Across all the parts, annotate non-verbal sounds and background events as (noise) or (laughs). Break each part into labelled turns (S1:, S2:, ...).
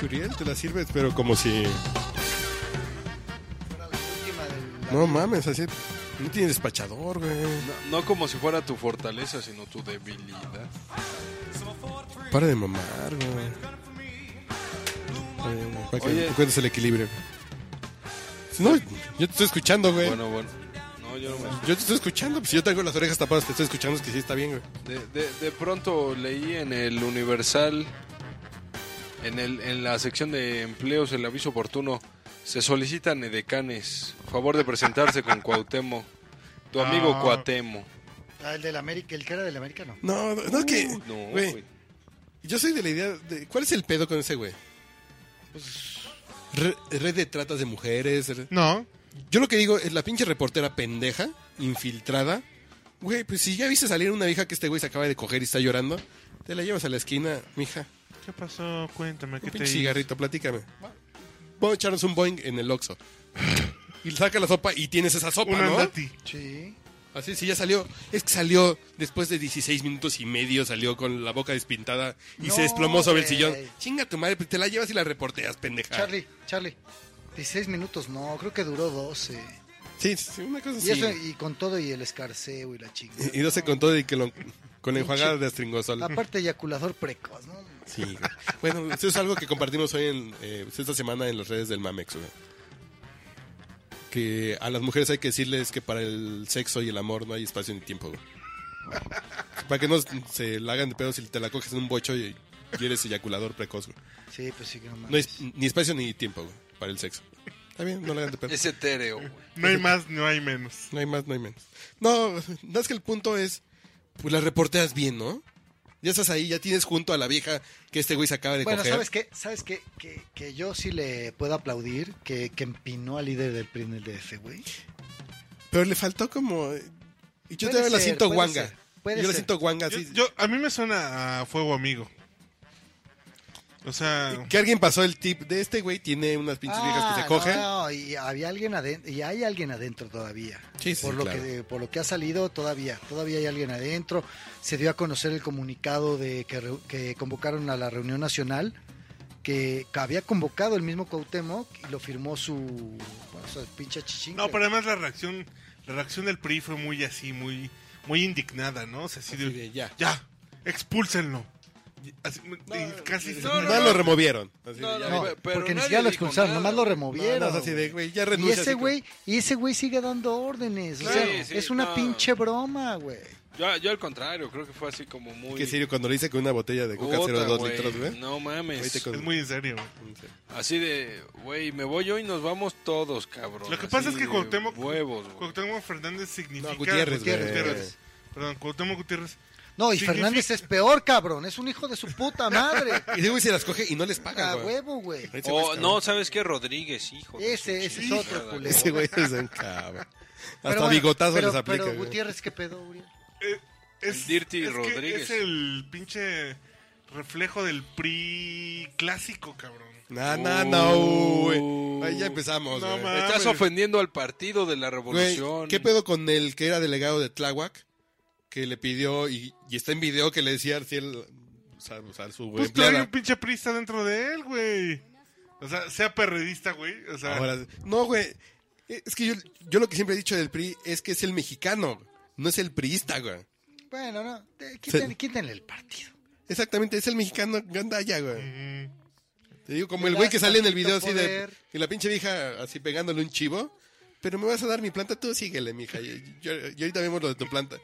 S1: churiel, te la sirves, pero como si.
S2: Fuera la última del- la-
S1: No mames, así. No tiene despachador, güey.
S3: No, no como si fuera tu fortaleza, sino tu debilidad.
S1: Para de mamar, güey. Eh, Para que
S3: Oye.
S1: encuentres el equilibrio. No, yo te estoy escuchando, güey.
S3: Bueno, bueno. No, yo no me...
S1: Yo te estoy escuchando, pues si yo tengo las orejas tapadas, te estoy escuchando, es que sí está bien, güey.
S3: De, de- de pronto leí en el Universal, en, el, en la sección de empleos, el aviso oportuno, se solicitan edecanes, favor de presentarse con Cuauhtémoc, tu amigo
S2: Ah.
S3: Cuatemo.
S2: Ah, el del América, el que era del América, no.
S1: No, no, no, es que.
S3: Uh, No,
S1: güey,
S3: güey.
S1: Yo soy de la idea de. ¿Cuál es el pedo con ese güey? Re- red de tratas de mujeres. re-
S4: No.
S1: Yo lo que digo es la pinche reportera pendeja, infiltrada. Güey, pues si ya viste salir una vieja que este güey se acaba de coger y está llorando, te la llevas a la esquina, mija.
S4: ¿Qué pasó? Cuéntame,
S1: Un
S4: ¿qué te
S1: pinche
S4: hizo?
S1: cigarrito, platícame. Vamos a echarnos un boing en el Oxxo. Y saca la sopa y tienes esa sopa,
S4: Un
S1: ¿no?
S4: andati.
S2: Sí.
S1: Así, sí, ya salió. Es que salió después de 16 minutos y medio, salió con la boca despintada y
S2: No,
S1: se desplomó sobre el
S2: güey.
S1: sillón. Chinga tu madre, pues te la llevas y la reporteas, pendeja.
S2: Ah. Charlie, Charlie. 16 minutos, no, creo que duró 12.
S1: Sí, sí, una cosa
S2: Y,
S1: así.
S2: eso, y con todo y el escarceo y la chingada.
S1: Y, y no se contó de que lo, con la enjuagada de astringosol.
S2: Aparte, eyaculador precoz, ¿no?
S1: Sí, güey. Bueno, eso es algo que compartimos hoy, en, eh, esta semana en las redes del Mamex, güey. Que a las mujeres hay que decirles que para el sexo y el amor no hay espacio ni tiempo, güey. Para que no se la hagan de pedo si te la coges en un bocho y, y eres eyaculador precoz, güey.
S2: Sí, pues sí que no mames.
S1: No hay es- ni espacio ni tiempo, güey, para el sexo. Está bien, no le hagan de pedo.
S3: Es etéreo, güey.
S4: No hay más, no hay menos.
S1: No hay más, no hay menos. No, no es que el punto es, pues la reporteas bien, ¿no? Ya estás ahí, ya tienes junto a la vieja que este güey se acaba de
S2: Bueno,
S1: coger.
S2: ¿sabes qué? ¿Sabes qué? Que, que yo sí le puedo aplaudir que, que empinó al líder del PRI en el DF, güey.
S1: Pero le faltó como... eh, y Yo
S2: Puede
S1: también la
S2: ser,
S1: siento
S2: puede
S1: guanga.
S2: ser, puede
S1: yo la
S2: ser.
S1: siento guanga,
S4: Yo,
S1: así.
S4: yo- a mí me suena a fuego amigo. O sea,
S1: Que alguien pasó el tip de este güey, tiene unas pinches viejas que se
S2: Ah,
S1: cogen.
S2: No, no, y había alguien adentro, y hay alguien adentro todavía.
S1: Sí, sí,
S2: por lo
S1: claro.
S2: que por lo que ha salido todavía, todavía hay alguien adentro. Se dio a conocer el comunicado de que, reu- que convocaron a la reunión nacional que que había convocado el mismo Cuauhtémoc y lo firmó su, bueno, su pinche chichinga.
S4: no, pero además la reacción, la reacción del PRI fue muy así, muy, muy indignada, ¿no? O sea, así de,
S1: Así de, ya.
S4: ya, expúlsenlo. Y así- y casi se-
S1: No, lo removieron. Así
S3: No,
S1: de, ya,
S3: no,
S2: No,
S1: güey.
S3: güey, pero
S2: porque ni
S3: nadie
S2: siquiera lo
S3: dijo
S2: expulsaron,
S3: nada.
S2: nomás lo
S1: No,
S2: removieron.
S1: no, es así de, güey, ya
S2: y
S1: renuncia. así
S2: ese
S1: como-
S2: güey, y ese güey sigue dando órdenes. o
S3: Claro,
S2: sea,
S3: sí,
S2: es una
S3: no.
S2: pinche broma, güey.
S3: Yo, yo al contrario, creo que fue así como muy...
S1: Que serio, cuando le hice con una botella de coca
S3: Puta,
S1: 02
S3: güey,
S1: litros, güey.
S3: No
S1: Ahí te
S3: mames.
S1: con-
S4: Es muy en serio. güey.
S3: Así de, güey, me voy yo y nos vamos todos, cabrón.
S4: Lo que pasa
S3: Así
S4: es que
S3: de
S4: Cuauhtémoc,
S3: Huevos, güey.
S4: Cuauhtémoc Fernández significa...
S1: No, Gutiérrez,
S4: Gutiérrez,
S1: güey.
S4: Gutiérrez. Perdón, Cuauhtémoc Gutiérrez.
S2: No, y
S4: Significa-
S2: Fernández es peor, cabrón. Es un hijo de su puta madre.
S1: Y luego se las coge y no les
S2: A
S1: paga, güey.
S2: huevo, Ah, güey.
S1: Ese güey
S3: O,
S1: es
S3: no, ¿sabes qué? Rodríguez, hijo. de su
S2: Ese- ese es
S3: chingada,
S2: otro
S3: güey.
S2: culero.
S1: Ese güey es un cabrón. Hasta
S2: bueno,
S1: bigotazo
S2: pero-
S1: les aplica.
S2: Pero
S1: güey.
S2: Gutiérrez, ¿qué pedo, Uriel?
S4: Eh,
S3: El Dirty
S4: que
S3: Rodríguez.
S4: es el pinche reflejo del PRI clásico, cabrón.
S1: No, no, no,
S3: Uh.
S1: güey. Ahí ya empezamos,
S4: No
S1: güey.
S4: mames.
S3: Estás ofendiendo al partido de la
S1: Güey,
S3: revolución.
S1: ¿qué pedo con el que era delegado de Tláhuac? Que le pidió, y, y está en video que le decía a Arciel, o sea, o sea, su güey
S4: Pues claro, hay
S1: empleada,
S4: un pinche prista dentro de él, güey. O sea, sea perredista, güey. O sea,
S1: ahora- no, güey, es que yo, yo lo que siempre he dicho del PRI es que es el mexicano, no es el priista, güey.
S2: Bueno, no, te- quiten-
S1: Sí.
S2: quítenle el partido.
S1: Exactamente, es el mexicano que anda allá, güey.
S4: mm,
S1: Te digo, como
S2: Le
S1: el güey
S2: das
S1: que sale en el
S2: tantito
S1: video así de,
S2: poder.
S1: y la pinche vieja así pegándole un chivo, pero me vas a dar mi planta, tú síguele, mija, yo, yo- yo ahorita vemos lo de tu planta.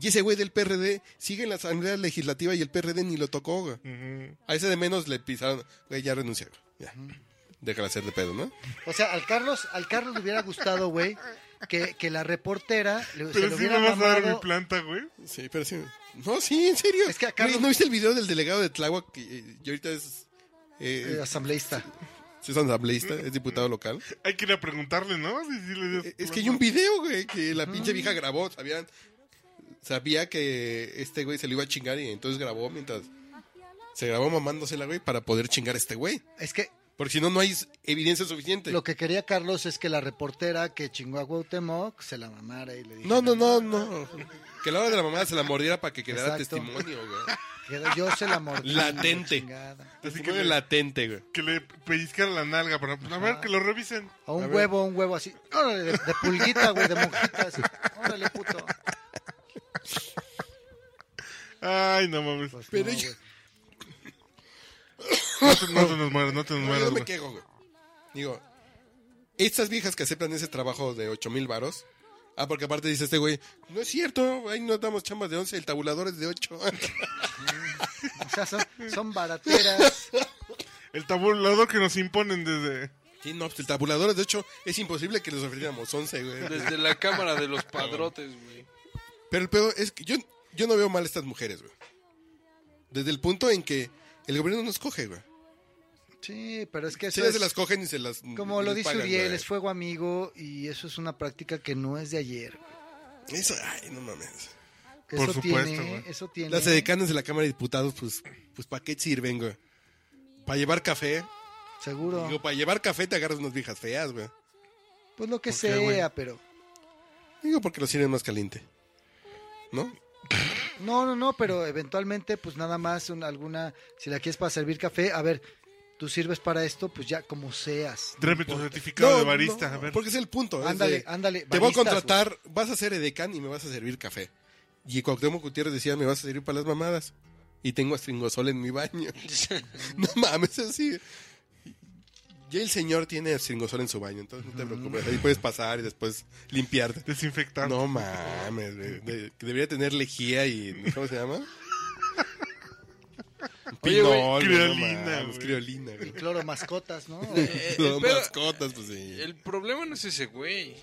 S1: Y ese güey del PRD sigue en la asamblea legislativa y el PRD ni lo tocó, güey.
S4: mm.
S1: A ese de menos le pisaron, güey, ya renuncia, güey, ya. Déjala hacer de pedo, ¿no?
S2: O sea, al Carlos, al Carlos le hubiera gustado, güey, que, que la reportera le, se
S4: Pero
S2: lo
S4: sí
S2: hubiera
S4: me vas a dar mi
S2: mamado.
S4: planta, güey.
S1: Sí, pero sí. No, sí, en serio.
S2: Es que a
S1: Güey,
S2: Carlos-
S1: ¿No viste el video del delegado de Tláhuac? Que, eh, y ahorita es.
S2: eh,
S1: Eh,
S2: asambleísta.
S1: es asambleísta, es diputado
S2: (laughs)
S1: local.
S4: Hay que ir a preguntarle, ¿no? Si- si le-
S1: Eh, Es que hay un video, güey, que
S2: Ah.
S1: la pinche vieja grabó. Sabían, sabía que este güey se lo iba a chingar y entonces grabó mientras. Se grabó mamándosela, güey, para poder chingar a este güey.
S2: Es que
S1: Porque si no, no hay s- evidencia suficiente.
S2: Lo que quería Carlos es que la reportera que chingó a Cuauhtémoc se la mamara y le dijera,
S1: No, no, no,
S2: (laughs)
S1: no. Que a la hora de la mamada se la mordiera para que quedara
S2: Exacto.
S1: testimonio, güey.
S2: "Queda- yo se la mordí.
S1: Latente.
S2: la chingada".
S1: Testimonio latente, güey.
S4: Que le pellizcara la nalga para... A ver, que lo revisen.
S2: O un huevo, un huevo así. Órale, de, de pulguita, güey, de monjita. así. Órale, puto.
S4: Ay, no mames.
S2: Pues
S1: Pero
S2: no,
S1: yo-
S2: güey.
S4: No te, no te nos mueras, no te nos
S1: No,
S4: mueras.
S1: yo no me
S4: güey.
S1: quejo, güey. Digo, estas viejas que aceptan ese trabajo de 8 mil varos. Ah, porque aparte dice este güey, no es cierto, ahí nos damos chambas de 11, el tabulador es de 8.
S2: O sea, son, son barateras.
S4: El tabulador que nos imponen desde...
S1: (laughs) sí, no, pues el tabulador es de 8, es imposible que les ofreciéramos 11, güey.
S3: Desde la cámara de
S4: (laughs)
S3: los padrotes, güey.
S1: Pero el peor es que yo, yo no veo mal a estas mujeres, güey. Desde el punto en que el gobierno nos coge, güey.
S2: Sí, pero es que
S1: Si
S2: eso
S1: ellas
S2: es,
S1: se las cogen y se las.
S2: como lo
S1: les
S2: dice
S1: pagan,
S2: Uriel,
S1: güey.
S2: es fuego amigo y eso es una práctica que no es de ayer. güey.
S1: Eso, ay, no mames.
S2: Que
S4: Por
S2: eso
S4: supuesto,
S2: tiene,
S4: güey.
S2: eso tiene.
S1: Las decanas de la Cámara de Diputados, pues, pues ¿para qué sirven, güey? ¿Para llevar café?
S2: Seguro.
S1: Digo, para llevar café te agarras unas viejas feas, güey.
S2: Pues lo que
S4: ¿Por qué, güey?
S2: sea, pero.
S1: Digo, porque lo sirven más caliente. ¿No?
S2: No, no, no, pero eventualmente, pues nada más un- alguna. Si la quieres para servir café, a ver, tú sirves para esto, pues ya como seas.
S4: Tráeme tu certificado
S1: No,
S4: de barista,
S1: no,
S4: a ver.
S1: Porque es el punto. es
S2: Ándale,
S1: de,
S2: ándale.
S1: Te voy a
S2: baristas,
S1: contratar,
S3: pues.
S1: vas a ser edecán y me vas a servir café. Y Cuauhtémoc Gutiérrez decía, me vas a servir para las mamadas. Y tengo astringosol en mi
S3: (laughs)
S1: baño. no mames, así. Ya el señor tiene astringosol en su baño, entonces no te preocupes. Ahí puedes pasar y después limpiarte.
S4: Mm. Desinfectar.
S1: No mames, güey. De- que debería tener lejía y. ¿Cómo se llama?
S3: Oye, güey,
S4: criolina,
S1: criolina.
S4: güey.
S1: criolina, güey.
S2: güey. Cloro mascotas, ¿no?
S3: Eh,
S1: No,
S3: espera,
S1: mascotas, pues sí.
S3: El problema no es ese güey.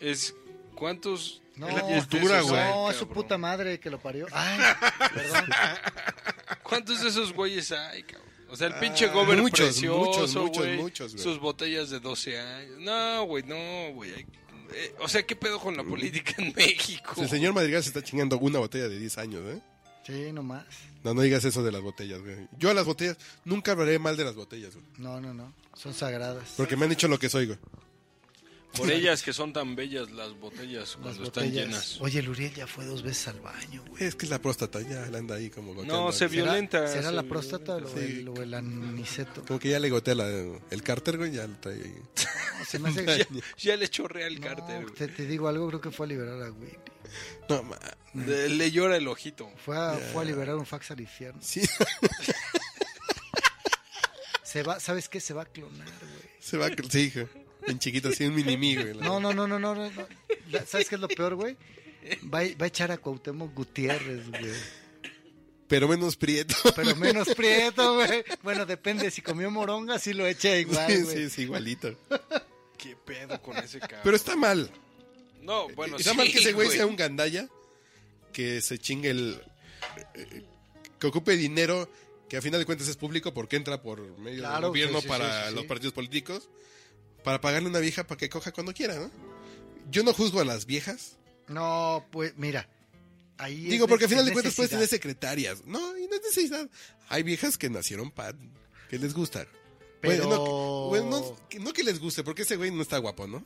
S3: Es cuántos.
S2: No, pues,
S4: Es la cultura,
S3: de esos
S4: güey.
S3: hay,
S2: No, es su
S3: cabrón?
S2: puta madre que lo parió. Ay, perdón.
S3: ¿Cuántos de esos güeyes hay, cabrón? O sea, el pinche gober
S1: Ah, muchos,
S3: precioso,
S1: muchos, muchos,
S3: güey,
S1: muchos, güey.
S3: Sus botellas de 12 años. No, güey, no, güey. hay- eh, o sea, ¿qué pedo con la política en México?
S1: El señor Madrigal se está chingando una botella de 10 años, ¿eh?
S2: Sí, nomás.
S1: No, no digas eso de las botellas, güey. Yo a las botellas nunca hablaré mal de las botellas, güey.
S2: No, no, no. Son sagradas.
S1: Porque me han dicho lo que soy, güey.
S3: Por ellas que son tan bellas las botellas
S2: Las
S3: cuando están
S2: botellas.
S3: llenas.
S2: Oye, el Uriel ya fue dos veces al baño, güey.
S1: Es que es la próstata, ya la anda ahí como goteando.
S3: No, se
S1: vio.
S3: violenta.
S2: ¿Será
S3: se
S2: la
S3: violenta.
S2: próstata o lo-
S1: Sí.
S2: o el aniceto?
S1: Como que ya le gotea la- el cárter, güey, ya lo trae ahí.
S2: No, se me
S1: (laughs)
S3: Ya,
S2: hace-
S3: ya le chorrea el
S2: No,
S3: cárter, güey.
S2: te, te digo algo, creo que fue a liberar a Winnie.
S1: No, ma-
S3: Le, le llora el ojito.
S2: Fue a, fue a liberar un fax al infierno.
S1: sí, (laughs)
S2: Se va, ¿sabes qué? Se va a clonar, güey.
S1: se va, sí, güey. En chiquito, así, un minimi, güey. la-
S2: No, no, no, no, no, no, no. La- ¿Sabes qué es lo peor, güey? Va, a- va a echar a Cuauhtémoc Gutiérrez, güey.
S1: Pero menos prieto. (laughs)
S2: Pero menos prieto, güey. Bueno, depende, si comió moronga, sí lo echa igual,
S1: sí,
S2: güey.
S1: sí, es igualito.
S3: ¿Qué pedo
S1: (laughs)
S3: con ese cabrón?
S1: Pero está mal.
S3: No, bueno,
S1: está
S3: sí,
S1: mal que ese güey sea un gandalla que se chingue el. eh, que ocupe dinero que a final de cuentas es público porque entra por medio del
S2: Claro,
S1: gobierno
S2: sí, sí,
S1: para
S2: sí, sí,
S1: los
S2: sí.
S1: partidos políticos para pagarle una vieja para que coja cuando quiera, ¿no? Yo no juzgo a las viejas.
S2: No, pues, mira. Ahí
S1: Digo,
S2: es
S1: porque
S2: ne-
S1: al final
S2: es
S1: de cuentas puedes tener
S2: necesidad.
S1: secretarias. No, y no es necesidad. Hay viejas que nacieron para que les gusta.
S2: Pero-
S1: Bueno, no, bueno, no- que- no que les guste, porque ese güey no está guapo, ¿no?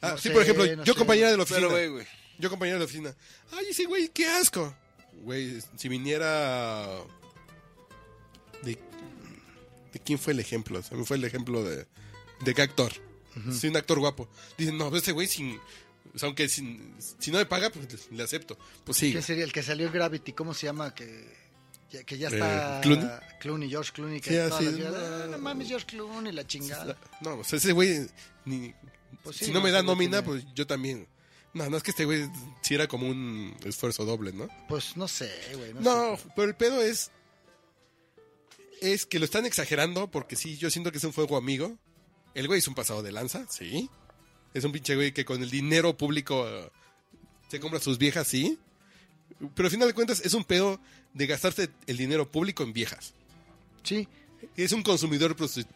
S1: Ah,
S2: No
S1: sí,
S2: sé,
S1: por ejemplo,
S2: no
S1: yo
S2: sé.
S1: compañera de la oficina.
S3: Pero, güey, güey.
S1: Yo compañero de la oficina. Ay, ese güey, qué asco. Güey, si viniera... ¿De, de quién fue el ejemplo? Se me fue el ejemplo de... ¿De qué actor? Sí, un actor guapo. Dicen, no, pero ese güey sin... o sea, aunque sin- si no me paga, pues le, le acepto. Pues sí.
S2: ¿Quién sería el que salió en Gravity? ¿Cómo se llama? Que ya, que ya está.
S1: Eh, ¿Clooney?
S2: Clooney, George Clooney. Que
S1: Sí,
S2: todas
S1: así
S2: las
S1: es.
S2: viejas,
S1: No,
S2: "Ah, no mames, George Clooney, la chingada.
S1: No, o sea, ese güey... ni-
S2: Pues sí,
S1: si no, me
S2: sé,
S1: da
S2: no
S1: nómina,
S2: tiene-
S1: pues yo también. No, no es que este güey si era como un esfuerzo doble, ¿no?
S2: Pues no sé, güey. No,
S1: No,
S2: sé.
S1: pero el pedo es. Es que lo están exagerando porque sí, yo siento que es un fuego amigo. El güey es un pasado de lanza, sí. Es un pinche güey que con el dinero público eh, se compra sus viejas, sí. Pero al final de cuentas es un pedo de gastarse el dinero público en viejas.
S2: Sí,
S1: Es un consumidor prosti-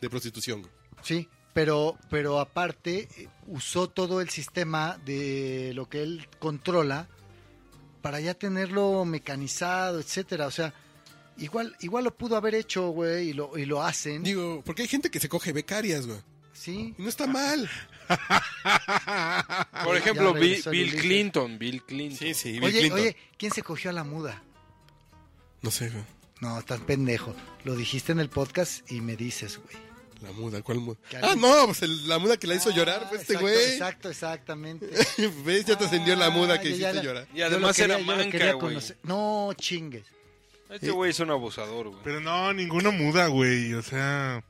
S1: de prostitución.
S2: sí. Pero, pero aparte, eh, usó todo el sistema de lo que él controla para ya tenerlo mecanizado, etcétera. O sea, Igual, igual lo pudo haber hecho, güey, y lo, y lo hacen.
S1: Digo, porque hay gente que se coge becarias, güey.
S2: sí.
S1: Y no está mal. Ah,
S3: Por ejemplo,
S2: Ya
S3: Bill,
S2: regresó
S3: Bill
S2: Lilith.
S3: Clinton, Bill Clinton.
S1: Sí, sí, Bill
S2: Oye,
S1: Clinton.
S2: oye, ¿quién se cogió a la muda?
S1: No sé, güey.
S2: No, estás pendejo. Lo dijiste en el podcast y me dices, güey.
S1: La muda, ¿cuál muda?
S2: Que
S1: Ah,
S2: alguien-
S1: no, pues el- la muda que la hizo llorar
S2: Ah,
S1: fue este
S2: exacto,
S1: güey.
S2: Exacto, exactamente.
S1: ¿Ves? (laughs) Ya te ascendió la muda que
S2: Ah, ya, ya
S1: hiciste
S2: la- (laughs)
S1: llorar.
S3: Y además
S2: Yo lo
S3: era
S2: quería- yo lo
S3: manca,
S2: quería
S3: güey.
S2: conocer. No, chingues.
S3: Este güey es un abusador, güey.
S4: Pero no, ninguno muda, güey. O sea,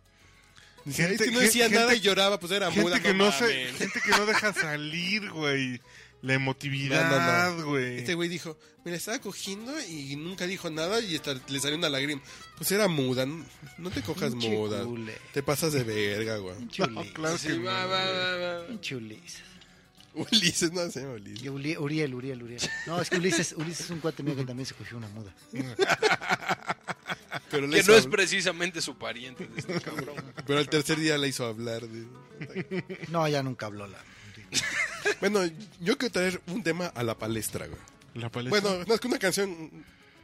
S1: Dice,
S4: Gente-
S1: es que no decía
S4: gente-
S1: nada y lloraba, pues era muda.
S4: gente, que no se,
S1: mamen.
S4: gente que no deja salir, güey. La emotividad, güey.
S1: Este güey dijo, mira, estaba cogiendo y nunca dijo nada y hasta le salió una lágrima. Pues era muda, no, no te cojas
S2: Pinche
S1: muda.
S2: culé.
S1: Te pasas de verga, güey.
S2: Chuli.
S4: claro
S3: Sí,
S4: que no,
S3: va, va, va, va.
S2: Chulis.
S1: (laughs) Ulises, no sé, Ulises.
S2: Y Uli- Uriel, Uriel, Uriel. No, es que Ulises, Ulises es un cuate mío que también se cogió una muda.
S1: Pero, le
S3: Que
S1: hizo
S3: no es
S1: habl-
S3: precisamente su pariente de este cabrón.
S1: pero al tercer día la hizo hablar. de-
S2: No, ya nunca habló la.
S1: Bueno, yo quiero traer un tema a la palestra, güey.
S4: La paleta.
S1: Bueno, no, es que una canción...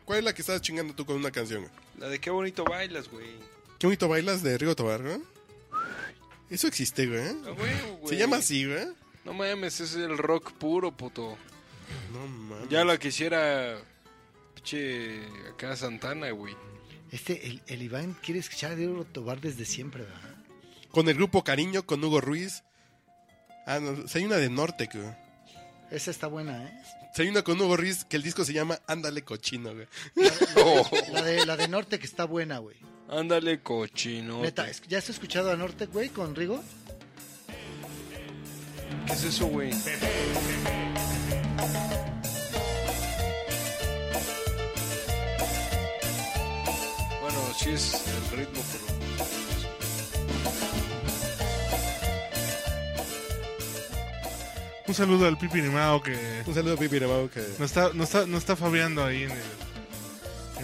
S1: ¿Cuál es la que estabas chingando tú con una canción, güey?
S3: La de qué bonito bailas, güey.
S1: Qué bonito bailas de Rigo Tobar, güey. Eso existe, güey. ¿eh?
S3: A huevo, güey.
S1: Se llama así, güey.
S3: No mames, es el rock puro, puto.
S1: No mames.
S3: Ya la quisiera. Piche. Acá Santana, güey.
S2: Este, el, el Iván quiere escuchar a Diego Tobar desde siempre, ¿verdad?
S1: Con el grupo Cariño, con Hugo Ruiz. Ah, no, si hay una de Norte, güey.
S2: Esa está buena, ¿eh?
S1: Si hay una con Hugo Ruiz que el disco se llama Ándale Cochino, güey.
S3: Oh,
S2: La de, la de Norte que está buena, güey.
S3: ándale, cochino.
S2: Neta, es- ¿ya has escuchado a Norte, güey, con Rigo?
S3: ¿Qué es eso, güey? Bueno, sí es el ritmo, pero.
S4: Un saludo al Pipi Nimao que
S1: Un saludo a Pipi Ramau, que...
S4: nos está, nos está, nos está fabeando ahí en el,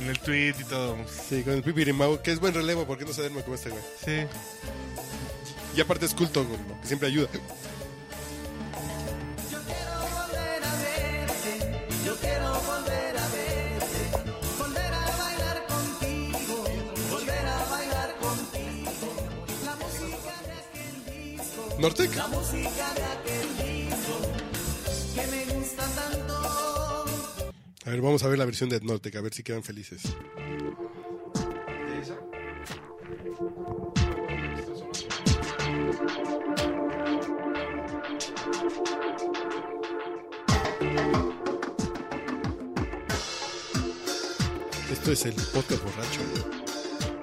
S4: en el tweet y todo.
S1: Sí, con el Pipi Ramau, que es buen relevo, porque no se duerme como este, güey.
S4: Sí.
S1: Y aparte es culto, güey, que siempre ayuda.
S5: Yo quiero volver a verte, yo quiero volver a verte, volver a bailar contigo, volver a bailar contigo. La música de aquel disco,
S1: ¿Norte?
S5: la música de aquel disco, que me gusta tanto.
S1: A ver, vamos a ver la versión de Norte, a ver si quedan felices. Esto es el podcast borracho. güey.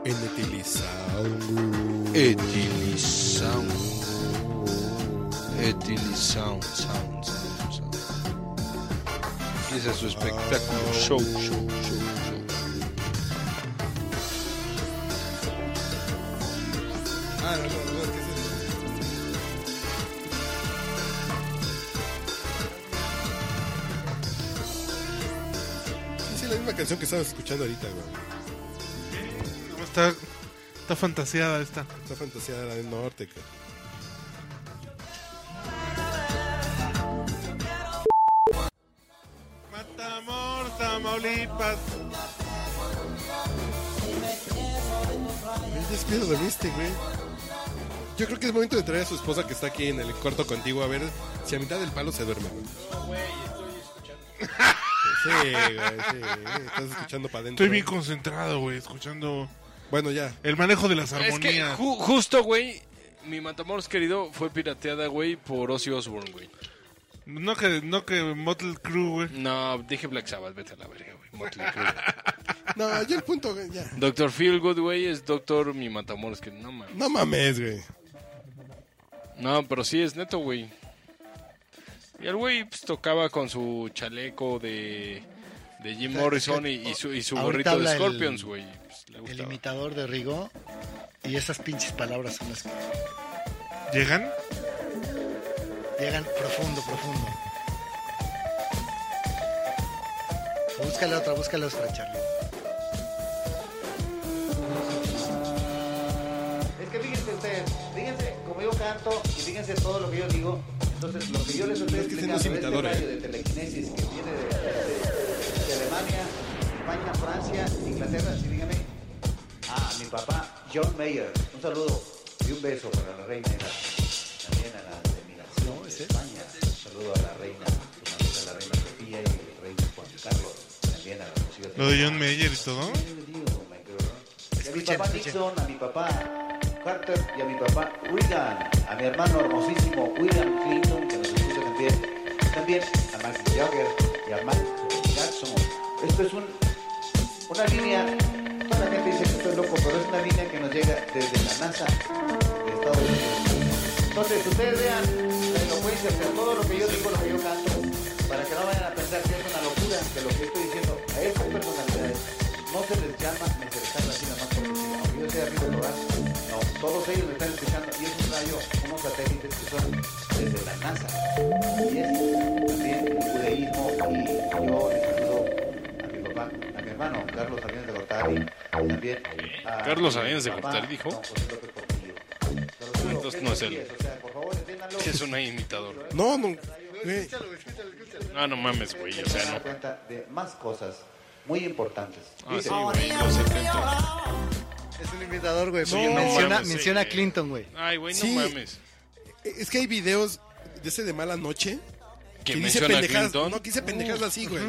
S1: En Etilizaun.
S3: Etilisound. Etilisound, sound, sound, sound. Empieza su espectáculo. Show, show, show, show.
S1: Ah, no, no, no, es que es el- Sí, es la misma canción que estabas escuchando ahorita, güey.
S4: Está, está fantaseada esta.
S1: Esa fantasía de la del norte, güey.
S4: Matamor, Tamaulipas.
S1: Güey, Despido de este, güey. Yo creo que es momento de traer a su esposa que está aquí en el cuarto contigo a ver si a mitad del palo se duerme,
S4: (laughs)
S1: güey. Sí, güey, sí. Estás escuchando para adentro.
S4: Estoy bien concentrado, güey, escuchando
S1: Bueno, ya.
S4: el manejo de las
S3: Es que
S4: armonías.
S3: ju- justo, güey, mi Matamoros querido fue pirateada, güey, por Ozzy Osbourne, güey.
S4: No que, no que Motley Crue, güey.
S3: No, dije Black Sabbath, vete a la verga, güey. Motley (laughs) Crue.
S1: No, ya el punto, güey, ya.
S3: Doctor Feelgood, güey, es Doctor Mi Matamoros querido. No, mames.
S1: No mames, güey.
S3: No, pero sí es neto, güey. Y el güey pues, tocaba con su chaleco de, de Jim Morrison y, y su, y su gorrito
S2: Ahorita
S3: de
S2: habla el-
S3: Scorpions, güey. Pues, le
S2: El
S3: gustaba.
S2: imitador de Rigo. Y esas pinches palabras son las que
S4: ¿Llegan?
S2: llegan profundo, profundo. Búscale otra, búscale otra, Charlie.
S6: Es que fíjense ustedes, fíjense como yo canto y fíjense todo lo que yo digo. Entonces, lo que yo les estoy
S1: Es que
S6: explicando
S1: son los
S6: de este
S1: imitadores.
S6: rayo de telequinesis que viene de, de- de Alemania, España, Francia, Inglaterra, si díganme mi papá, John Mayer. Un saludo y un beso para la reina de la, también a la delegación de España. Un saludo a la reina, a la reina Sofía y el rey Juan Carlos. También a la Rocío.
S4: Lo de John Mayer y todo.
S6: oh Y a mi papá Nixon, a mi papá Carter y a mi papá Reagan, a mi hermano hermosísimo William Clinton, que nos escucha también, también a Mark Jagger y a Mike Jackson. Esto es un, una línea, toda la gente dice que estoy loco, pero es una línea que nos llega desde la NASA de Estados Unidos. Entonces, ustedes vean la elocuencia, que todo lo que yo digo, lo que yo canto, para que no vayan a pensar que es una locura, que lo que estoy diciendo a estas personalidades no se les llama, ni se les habla así nada más porque sí, aunque yo sea amigo de Horacio, no, todos ellos me están escuchando y es un rayo, unos satélites que son desde la NASA. Y es también un judaísmo y yo les saludo a mi papá, a mi hermano, Carlos Salinas de Gortari, también a
S3: Carlos Salinas de
S6: mi papá,
S3: Gortari dijo.
S6: don José López Portillo. Te lo juro,
S3: Entonces no es él.
S6: o sea, por favor, entiéndanlo.
S3: Sí, es un imitador.
S1: No, no. güey.
S3: Ah, no mames, güey. O sea,
S6: se dan
S3: no.
S6: cuenta de más cosas muy importantes.
S3: Ah, sí,
S6: Dice,
S3: güey. Los 70.
S2: Es un invitador, güey.
S3: Sí,
S2: porque
S3: no
S2: menciona
S3: mames, sí,
S2: menciona a
S3: güey.
S2: Clinton, güey.
S3: Ay, güey, no
S1: Sí.
S3: mames.
S1: Es que hay videos de ese de mala noche
S3: Que
S1: que dice
S3: menciona a
S1: pendejadas.
S3: Clinton.
S1: No, que dice pendejadas así, güey.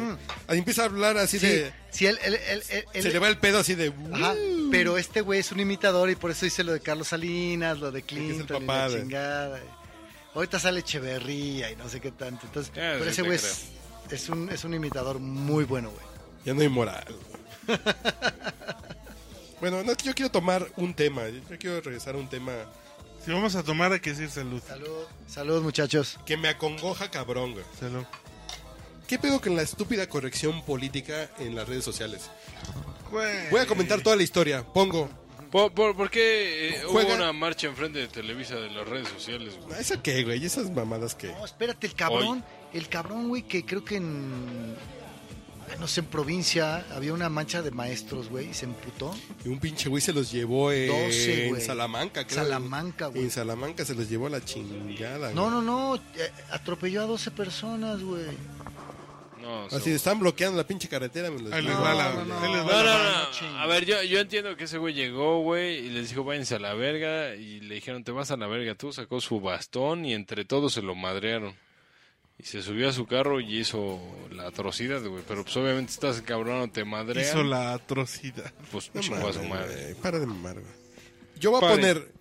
S1: Ahí empieza a hablar así
S2: Sí,
S1: de.
S2: sí, él, él- él- él- él-
S1: Se le va el pedo así de. "Uh".
S2: Ajá, pero este güey es un imitador y por eso dice lo de Carlos Salinas, lo de
S1: es el
S2: Clinton, y
S1: papá
S2: la
S1: de-
S2: chingada. Ahorita sale Echeverría y no sé qué tanto. Entonces,
S1: Eh,
S3: Ah,
S2: pero
S3: sí
S2: ese
S3: te
S2: güey es, es un, es un imitador muy bueno, güey.
S1: Ya no hay
S2: (laughs)
S1: moral. bueno, no, yo quiero tomar un tema. Yo quiero regresar a un tema
S4: Si vamos a tomar, hay que decir salud.
S2: Salud. Salud, muchachos.
S1: que me acongoja cabrón, güey.
S4: Salud.
S1: ¿Qué pedo con la estúpida corrección política en las redes sociales?
S4: Güey.
S2: Eh.
S1: Voy a comentar toda la historia. Pongo.
S3: ¿Por, por, por qué eh, hubo
S1: Juega-
S3: una marcha enfrente de Televisa de las redes sociales, güey?
S1: ¿Eso Ah, qué, güey? Esas mamadas que.
S2: No, espérate, el cabrón, el cabrón, güey, que creo que en. ah, No sé, en provincia había una mancha de maestros, güey, y se emputó.
S1: Y un pinche güey se los llevó en,
S2: 12, güey.
S1: Salamanca, creo.
S2: Salamanca, güey.
S1: En Salamanca se los llevó a la chingada,
S2: No,
S1: güey.
S2: no, no, eh, atropelló a 12 personas, güey.
S3: No,
S1: Así de,
S3: seguro.
S1: están bloqueando la pinche carretera. Me los
S4: Ahí les
S1: llevó.
S4: va la.
S2: No, no,
S4: ahí les va
S3: No,
S4: la
S3: no,
S4: banda.
S3: no. A ver, yo, yo entiendo que ese güey llegó, güey, y les dijo, váyanse a la verga. Y le dijeron, te vas a la verga tú. Sacó su bastón y entre todos se lo madrearon. Y se subió a su carro y hizo la atrocidad, güey. Pero pues obviamente estás cabrón, no te madrean.
S4: Hizo la atrocidad.
S3: Pues
S1: No
S3: chingó a su
S1: mames,
S3: madre.
S1: güey, Para de mamar, güey. Yo voy a
S3: Pare.
S1: poner.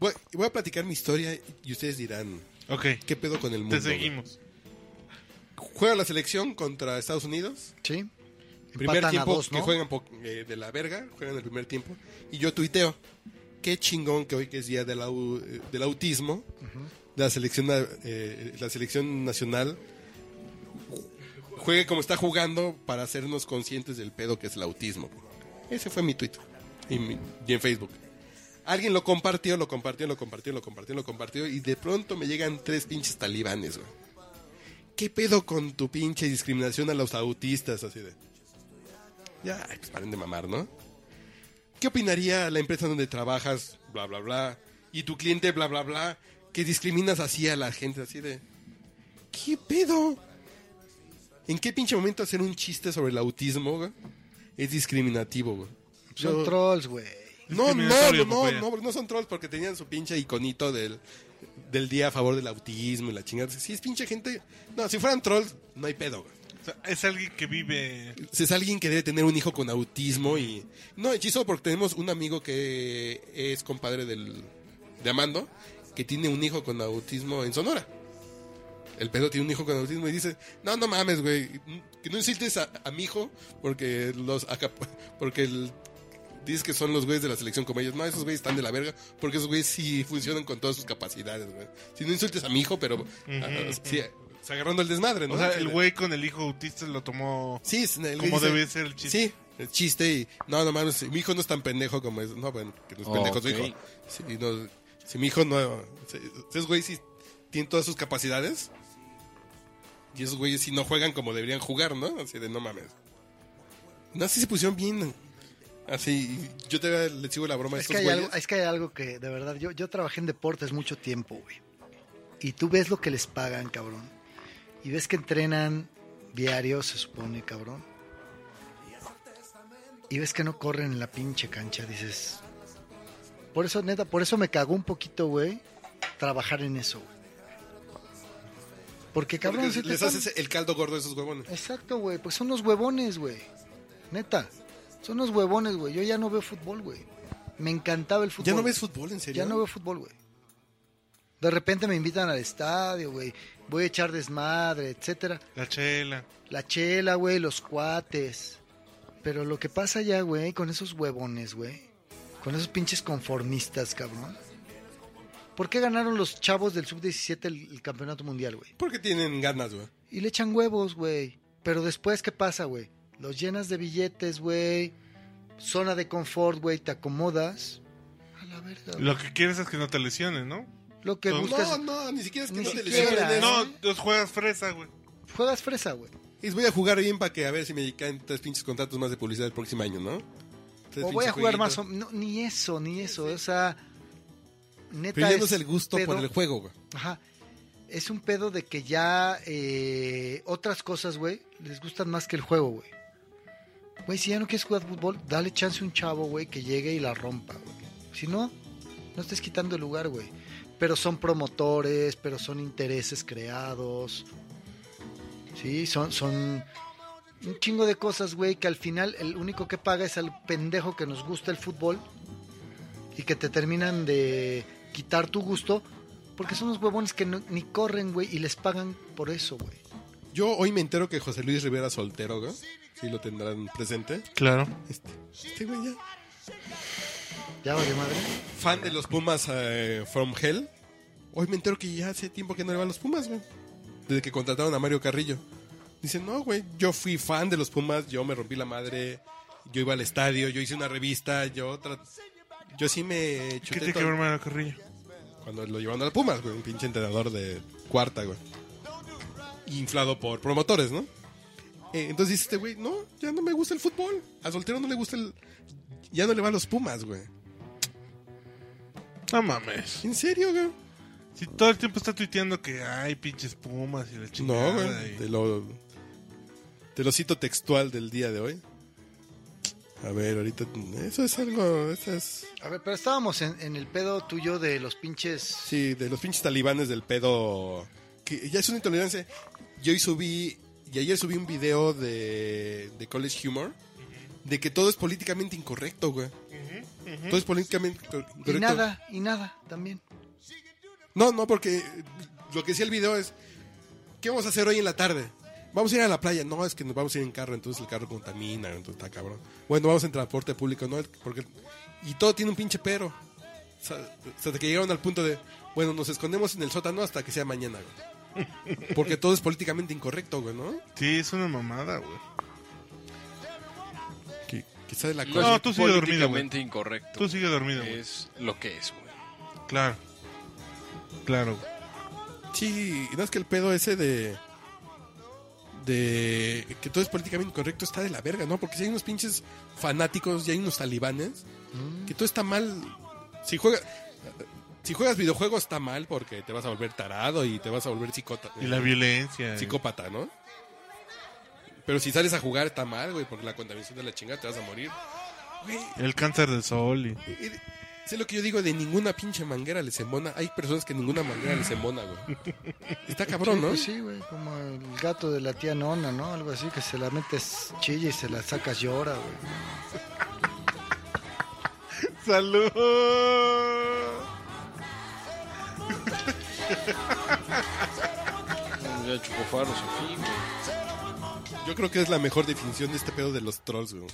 S1: Voy, voy a platicar mi historia y ustedes dirán.
S4: Ok,
S1: ¿Qué pedo con el mundo?
S4: te
S1: güey?
S4: seguimos.
S1: Juega la selección contra Estados Unidos.
S2: Sí.
S1: primer
S2: Empatan a
S1: tiempo
S2: dos,
S1: que
S2: ¿no?
S1: juegan po- eh, de la verga, juegan el primer tiempo y yo tuiteo, qué chingón que hoy que es día del, au- eh, del autismo, de la selección na- eh, la selección nacional ju- juegue como está jugando para hacernos conscientes del pedo que es el autismo. Ese fue mi tuit y, mi- y en Facebook. Alguien lo compartió, lo compartió, lo compartió, lo compartió, lo compartió y de pronto me llegan tres pinches talibanes, güey. ¿Qué pedo con tu pinche discriminación a los autistas? Así de. Ya, ay, pues paren de mamar, ¿no? ¿Qué opinaría la empresa donde trabajas, bla, bla, bla, y tu cliente, bla, bla, bla, que discriminas así a la gente, así de... ¿Qué pedo? ¿En qué pinche momento hacer un chiste sobre el autismo güey, es discriminativo, güey?
S2: Son
S1: Yo-
S2: trolls, güey.
S1: no, no,
S4: Discriminatorio,
S1: no, no,
S4: papaya.
S1: no, no son trolls porque tenían su pinche iconito del, del día a favor del autismo y la chingada. Si es pinche gente... No, si fueran trolls, no hay pedo, güey.
S4: O sea, es alguien que vive.
S1: es alguien que debe tener un hijo con autismo y no hechizo porque tenemos un amigo que es compadre del de Amando que tiene un hijo con autismo en Sonora. El pedo tiene un hijo con autismo y dice, "No, no mames, güey, que no insultes a, a mi hijo porque los acá- porque el dices que son los güeyes de la selección como ellos. No, esos güeyes están de la verga porque esos güeyes sí funcionan con todas sus capacidades, güey. Si no insultes a mi hijo, pero ah, ah, sí, agarrando el desmadre, ¿no?"
S4: O sea,
S1: Sí,
S4: el
S1: de-
S4: güey con el hijo autista lo tomó.
S1: Sí, es- el
S4: Como
S1: güey dice-
S4: debe ser el chiste.
S1: Sí, el chiste y... No, no mames, mi hijo no es tan pendejo como es... No, bueno, que no es
S3: Oh,
S1: pendejo
S3: ok.
S1: su hijo. Sí, no, si mi hijo no... si- si esos güeyes sí tienen todas sus capacidades. Y esos güeyes sí no juegan como deberían jugar, ¿no? Así de no mames. No, así se pusieron bien... Así, yo te le sigo la broma a
S2: Es
S1: estos
S2: que, hay
S1: güeyes.
S2: algo, es que hay algo que, de verdad, yo, yo trabajé en deportes mucho tiempo, güey. Y tú ves lo que les pagan, cabrón. Y ves que entrenan diario, se supone, cabrón. y ves que no corren en la pinche cancha, dices. Por eso, neta, por eso me cagó un poquito, güey, trabajar en eso, güey. Porque cabrón,
S1: Porque
S2: sí te
S1: les
S2: están-
S1: haces el caldo gordo a esos huevones.
S2: Exacto, güey, pues son los huevones, güey. Neta, son los huevones, güey. Yo ya no veo fútbol, güey. Me encantaba el fútbol.
S1: ¿Ya no ves fútbol, en serio?
S2: Ya no veo fútbol, güey. De repente me invitan al estadio, güey. Voy a echar desmadre, etcétera.
S4: La chela.
S2: La chela, güey, los cuates. Pero lo que pasa ya, güey, con esos huevones, güey. Con esos pinches conformistas, cabrón. ¿Por qué ganaron los chavos del sub-17 el, el campeonato mundial, güey?
S1: Porque tienen ganas, güey.
S2: Y le echan huevos, güey. Pero después, ¿qué pasa, güey? Los llenas de billetes, güey. Zona de confort, güey. Te acomodas. A la verga. güey.
S4: Lo que quieres es que no te lesiones, ¿no?
S2: Lo que
S4: No,
S2: buscas.
S1: No, no, ni siquiera es que
S2: Ni
S1: no te
S2: siquiera.
S1: lesiones.
S4: No, los juegas fresa, güey.
S2: Juegas fresa, güey.
S1: Es voy a jugar bien para que a ver si me caen tres pinches contratos más de publicidad el próximo año, ¿no? Tres
S2: O voy a
S1: pinches
S2: jugar más o
S1: jueguitos.
S2: no, Ni eso, ni eso. O sea. Neta.
S1: Perdiéndose
S2: es
S1: el gusto
S2: pedo-
S1: por el juego, güey.
S2: Ajá. Es un pedo de que ya eh, otras cosas, güey, les gustan más que el juego, güey. Güey, si ya no quieres jugar fútbol, dale chance a un chavo, güey, que llegue y la rompa, güey. Si no, no estés quitando el lugar, güey. Pero son promotores, pero son intereses creados. Sí, son, son un chingo de cosas, güey, que al final el único que paga es al pendejo que nos gusta el fútbol y que te terminan de quitar tu gusto porque son unos huevones que no- ni corren, güey, y les pagan por eso, güey.
S1: Yo hoy me entero que José Luis Rivera soltero, güey. Sí lo tendrán presente.
S4: Claro.
S1: Este, este güey ya.
S2: Ya vale madre.
S1: Fan de los Pumas eh, From Hell. Hoy me entero que ya hace tiempo que no le van los Pumas, güey. Desde que contrataron a Mario Carrillo. Dice, no, güey, yo fui fan de los Pumas, yo me rompí la madre, yo iba al estadio, yo hice una revista, yo tra- yo sí me
S4: ¿Qué
S1: chuté
S4: te
S1: todo-
S4: quedó, hermano Carrillo?
S1: cuando lo llevaron a las Pumas, güey, un pinche entrenador de cuarta, güey. Inflado por promotores, ¿no? Eh, entonces dice este güey, no, ya no me gusta el fútbol. A soltero no le gusta el... Ya no le van los Pumas, güey.
S4: No mames.
S1: ¿En serio, güey?
S4: Si todo el tiempo está tuiteando que hay pinches pumas y la chingada.
S1: No, güey.
S4: y-
S1: Te lo, te lo cito textual del día de hoy. A ver, ahorita. Eso es algo. Eso es,
S2: A ver, pero estábamos en, en el pedo tuyo de los pinches.
S1: sí, de los pinches talibanes del pedo. Que ya es una intolerancia. Yo hoy subí. Y ayer subí un video de, de College Humor. De que todo es políticamente incorrecto, güey. Todo es políticamente
S2: y
S1: incorrecto.
S2: nada, y nada también.
S1: No, no, porque lo que decía el video es, ¿qué vamos a hacer hoy en la tarde? Vamos a ir a la playa. No, es que nos vamos a ir en carro, entonces el carro contamina, entonces está cabrón. Bueno, vamos en transporte público, ¿no? Porque... Y todo tiene un pinche pero. O sea, hasta que llegaron al punto de, bueno, nos escondemos en el sótano hasta que sea mañana, güey. Porque todo es políticamente incorrecto, güey, ¿no?
S4: Sí, es una mamada, güey.
S1: Que, que sale la
S3: No,
S1: cosa.
S4: No,
S3: es
S4: tú sigue dormido,
S3: políticamente incorrecto.
S4: Tú sigue dormido, güey.
S3: Es lo que es, güey.
S4: Claro. Claro, güey.
S1: Sí, y no es que el pedo ese de. de. que todo es políticamente incorrecto está de la verga, ¿no? Porque si hay unos pinches fanáticos y hay unos talibanes,
S4: Mm.
S1: que todo está mal. Si juegas. Si juegas videojuegos está mal porque te vas a volver tarado y te vas a volver psicota,
S4: Y la eh. violencia. y-
S1: psicópata, ¿no? Pero si sales a jugar está mal, güey, porque la contaminación de la chingada te vas a morir.
S4: El cáncer del sol. Y...
S1: Y- y- Sé lo que yo digo, de ninguna pinche manguera les embona. Hay personas que ninguna manguera les embona, güey. Está cabrón,
S2: Sí,
S1: ¿no?
S4: (laughs)
S2: pues sí, güey, como el gato de la tía Nona, ¿no? Algo así, que se la metes chilla y se la sacas llora, güey.
S4: ¡Salud!
S3: Ya chupó faros aquí, güey.
S1: Yo creo que es la mejor definición de este pedo de los trolls, güey.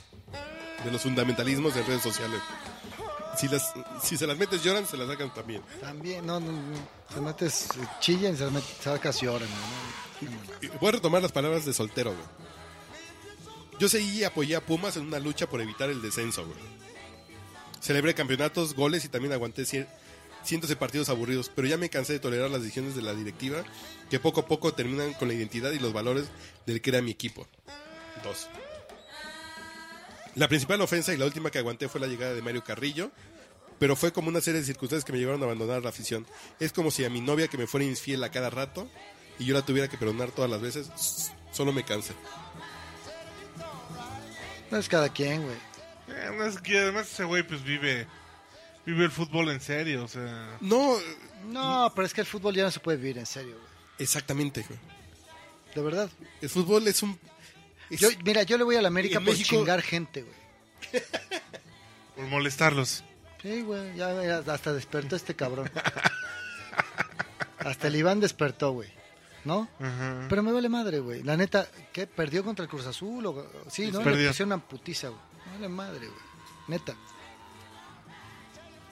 S1: De los fundamentalismos de redes sociales. Si, las, si se las metes lloran, se las sacan también.
S2: También, no, no, no, se metes eh, chilla y se la metes- sacas llora, ¿no?
S1: Y Voy a retomar las palabras de soltero, güey. Yo seguí y apoyé a Pumas en una lucha por evitar el descenso, güey. Celebré campeonatos, goles y también aguanté cien- cientos de partidos aburridos, pero ya me cansé de tolerar las decisiones de la directiva que poco a poco terminan con la identidad y los valores del que era mi equipo. Dos. La principal ofensa y la última que aguanté fue la llegada de Mario Carrillo, pero fue como una serie de circunstancias que me llevaron a abandonar la afición. Es como si a mi novia que me fuera infiel a cada rato y yo la tuviera que perdonar todas las veces, s- solo me cansa.
S2: No es cada quien, güey.
S4: Eh, no es que además ese güey pues vive, vive el fútbol en serio, o sea...
S1: No,
S2: No, pero es que el fútbol ya no se puede vivir, en serio, güey.
S1: exactamente, güey.
S2: De verdad.
S1: El fútbol es un... es-
S2: Yo, mira, yo le voy a la América
S1: En
S2: por
S1: México-
S2: chingar gente, güey.
S4: Por molestarlos.
S2: Sí, güey, ya ya hasta despertó este cabrón. hasta el Iván despertó, güey. ¿No?
S4: Ajá.
S2: Pero me vale madre, güey. La neta, ¿qué? ¿Perdió contra el Cruz Azul? O... Sí, ¿no?
S4: Perdió.
S2: Le pusieron una putiza, güey. Me vale madre, güey. Neta.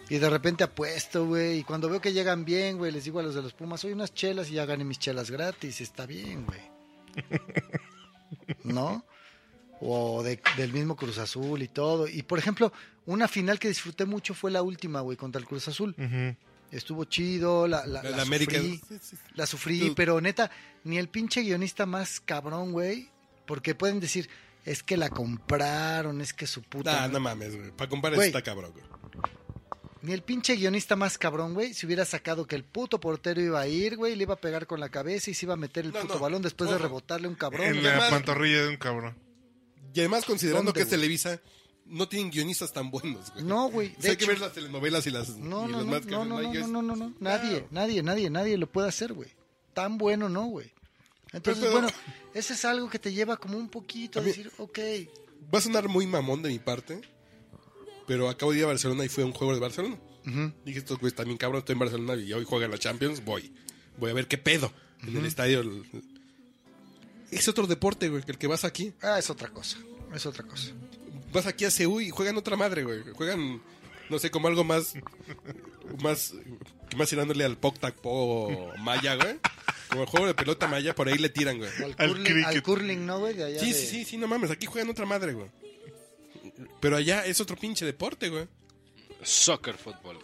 S2: Y de repente apuesto, güey. Y cuando veo que llegan bien, güey, les digo a los de los Pumas, soy unas chelas y ya gané mis chelas gratis. Está bien, güey. ¿No? O de- del mismo Cruz Azul y todo. Y por ejemplo, una final que disfruté mucho fue la última, güey, contra el Cruz Azul.
S4: Ujú.
S2: Estuvo chido, la, la,
S1: La,
S2: la
S1: la América...
S2: sufrí.
S1: Sí, sí.
S2: La sufrí,
S1: Tú-
S2: pero neta, ni el pinche guionista más cabrón, güey, porque pueden decir, es que la compraron, es que su puta.
S1: Nah, no mames, güey. Para comparar
S2: Güey.
S1: está cabrón, güey.
S2: Ni el pinche guionista más cabrón, güey, si hubiera sacado que el puto portero iba a ir, güey, le iba a pegar con la cabeza y se iba a meter el
S1: No,
S2: puto
S1: no.
S2: balón después de
S1: Ojo.
S2: rebotarle un cabrón.
S4: En
S2: güey.
S4: la
S1: además-
S4: pantorrilla de un cabrón.
S1: Y además, considerando
S2: ¿Dónde,
S1: que es
S2: güey?
S1: Televisa, no tienen guionistas tan buenos, güey.
S2: No, güey,
S1: O
S2: de
S1: sea, hay que
S2: hecho-
S1: ver las telenovelas y las...
S2: No,
S1: y
S2: no,
S1: los
S2: no,
S1: más que-
S2: no, no,
S1: hay
S2: no,
S1: guionistas.
S2: no, no, no. Nadie, nadie, nadie, nadie lo puede hacer, güey. Tan bueno no, güey. Entonces,
S1: Pero-
S2: bueno, ese es algo que te lleva como un poquito a
S1: A mí-
S2: decir, ok,
S1: Va a sonar muy mamón de mi parte, pero acabo de ir a Barcelona y fue a un juego de Barcelona. Dije, estos güeyes también cabrón, estoy en Barcelona y hoy juega la Champions, voy. Voy a ver qué pedo en el estadio. Es otro deporte, güey, que el que vas aquí.
S2: ah, es otra cosa, es otra cosa.
S1: Vas aquí a Seúl y juegan otra madre, güey. Juegan, no sé, como algo más... más más tirándole al Poc Tac Po Maya, güey. Como el juego de pelota Maya, por ahí le tiran, güey.
S2: Al
S4: Al
S2: curling, al
S4: cricket.
S2: curling, ¿no, güey? De allá
S1: Sí,
S2: de-
S1: sí, sí, sí, no mames, aquí juegan otra madre, güey. Pero allá es otro pinche deporte, güey.
S3: Soccer fútbol.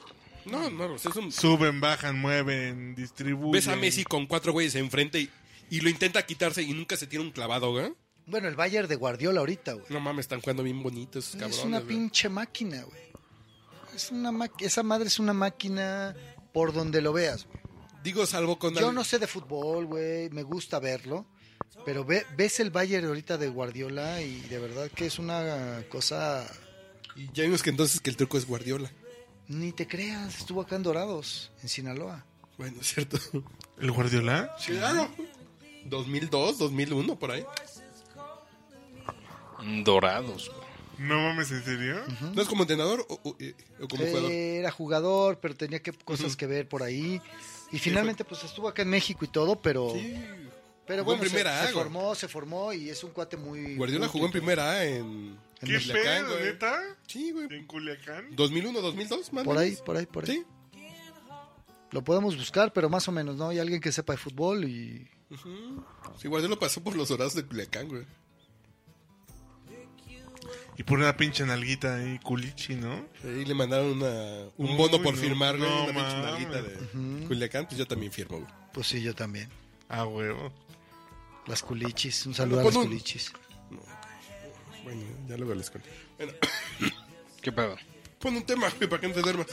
S1: No, no, o sea, es un...
S4: Suben, bajan, mueven, distribuyen.
S1: Ves a Messi con cuatro güeyes enfrente y, y lo intenta quitarse y nunca se tiene un clavado, güey.
S2: Bueno, el Bayern de Guardiola ahorita, güey.
S1: No mames, están jugando bien bonitos esos cabrones.
S2: es una
S1: güey.
S2: pinche máquina, güey. Es una ma- esa madre es una máquina por donde lo veas, güey.
S1: Digo, salvo con...
S2: Yo
S1: al-
S2: no sé de fútbol, güey, me gusta verlo, pero ve- ves el Bayern ahorita de Guardiola y de verdad que es una cosa
S1: Y ya vimos que entonces que el truco es Guardiola.
S2: ni te creas, estuvo acá en Dorados, en Sinaloa.
S1: Bueno, es cierto.
S4: ¿El Guardiola?
S1: Claro. 2002, 2001, por ahí.
S3: Dorados, güey.
S4: No mames, ¿en serio?
S2: Ah.
S1: ¿No es como entrenador o, o- eh, o como jugador?
S2: Era jugador, pero tenía que cosas que ver por ahí. Y finalmente pues estuvo acá en México y todo, pero pero
S1: Jugó en
S2: bueno, se-
S1: primera
S2: se,
S1: A, güey.
S2: formó, se formó y es un cuate muy
S1: Guardiola jugó en primera A en...
S2: En
S4: ¿Qué
S1: Culiacán,
S4: pedo,
S1: güey.
S4: neta?
S1: Sí, güey.
S4: ¿En Culiacán?
S1: 2001, 2002, más o
S2: Por ahí,
S1: menos.
S2: por ahí, por ahí.
S1: Sí.
S2: Lo podemos buscar, pero más o menos, ¿no? Hay alguien que sepa de fútbol y...
S1: Sí, Guardiola pasó por los dorados de Culiacán, güey.
S4: Y por una pinche nalguita ahí, culichi, ¿no?
S1: Y le mandaron una, un
S4: Uy,
S1: bono por
S4: no,
S1: firmar, güey,
S4: no
S1: una pinche
S4: mames.
S1: nalguita de Culiacán, pues yo también firmo, güey.
S2: Pues sí, yo también.
S4: Ah, huevo.
S2: Las culichis. Un saludo a
S1: Pon
S2: las
S1: un-
S2: culichis.
S1: Bueno, ya luego les cuento. Bueno,
S3: ¿Qué pedo?
S1: pon un tema, güey, para que no te duermas.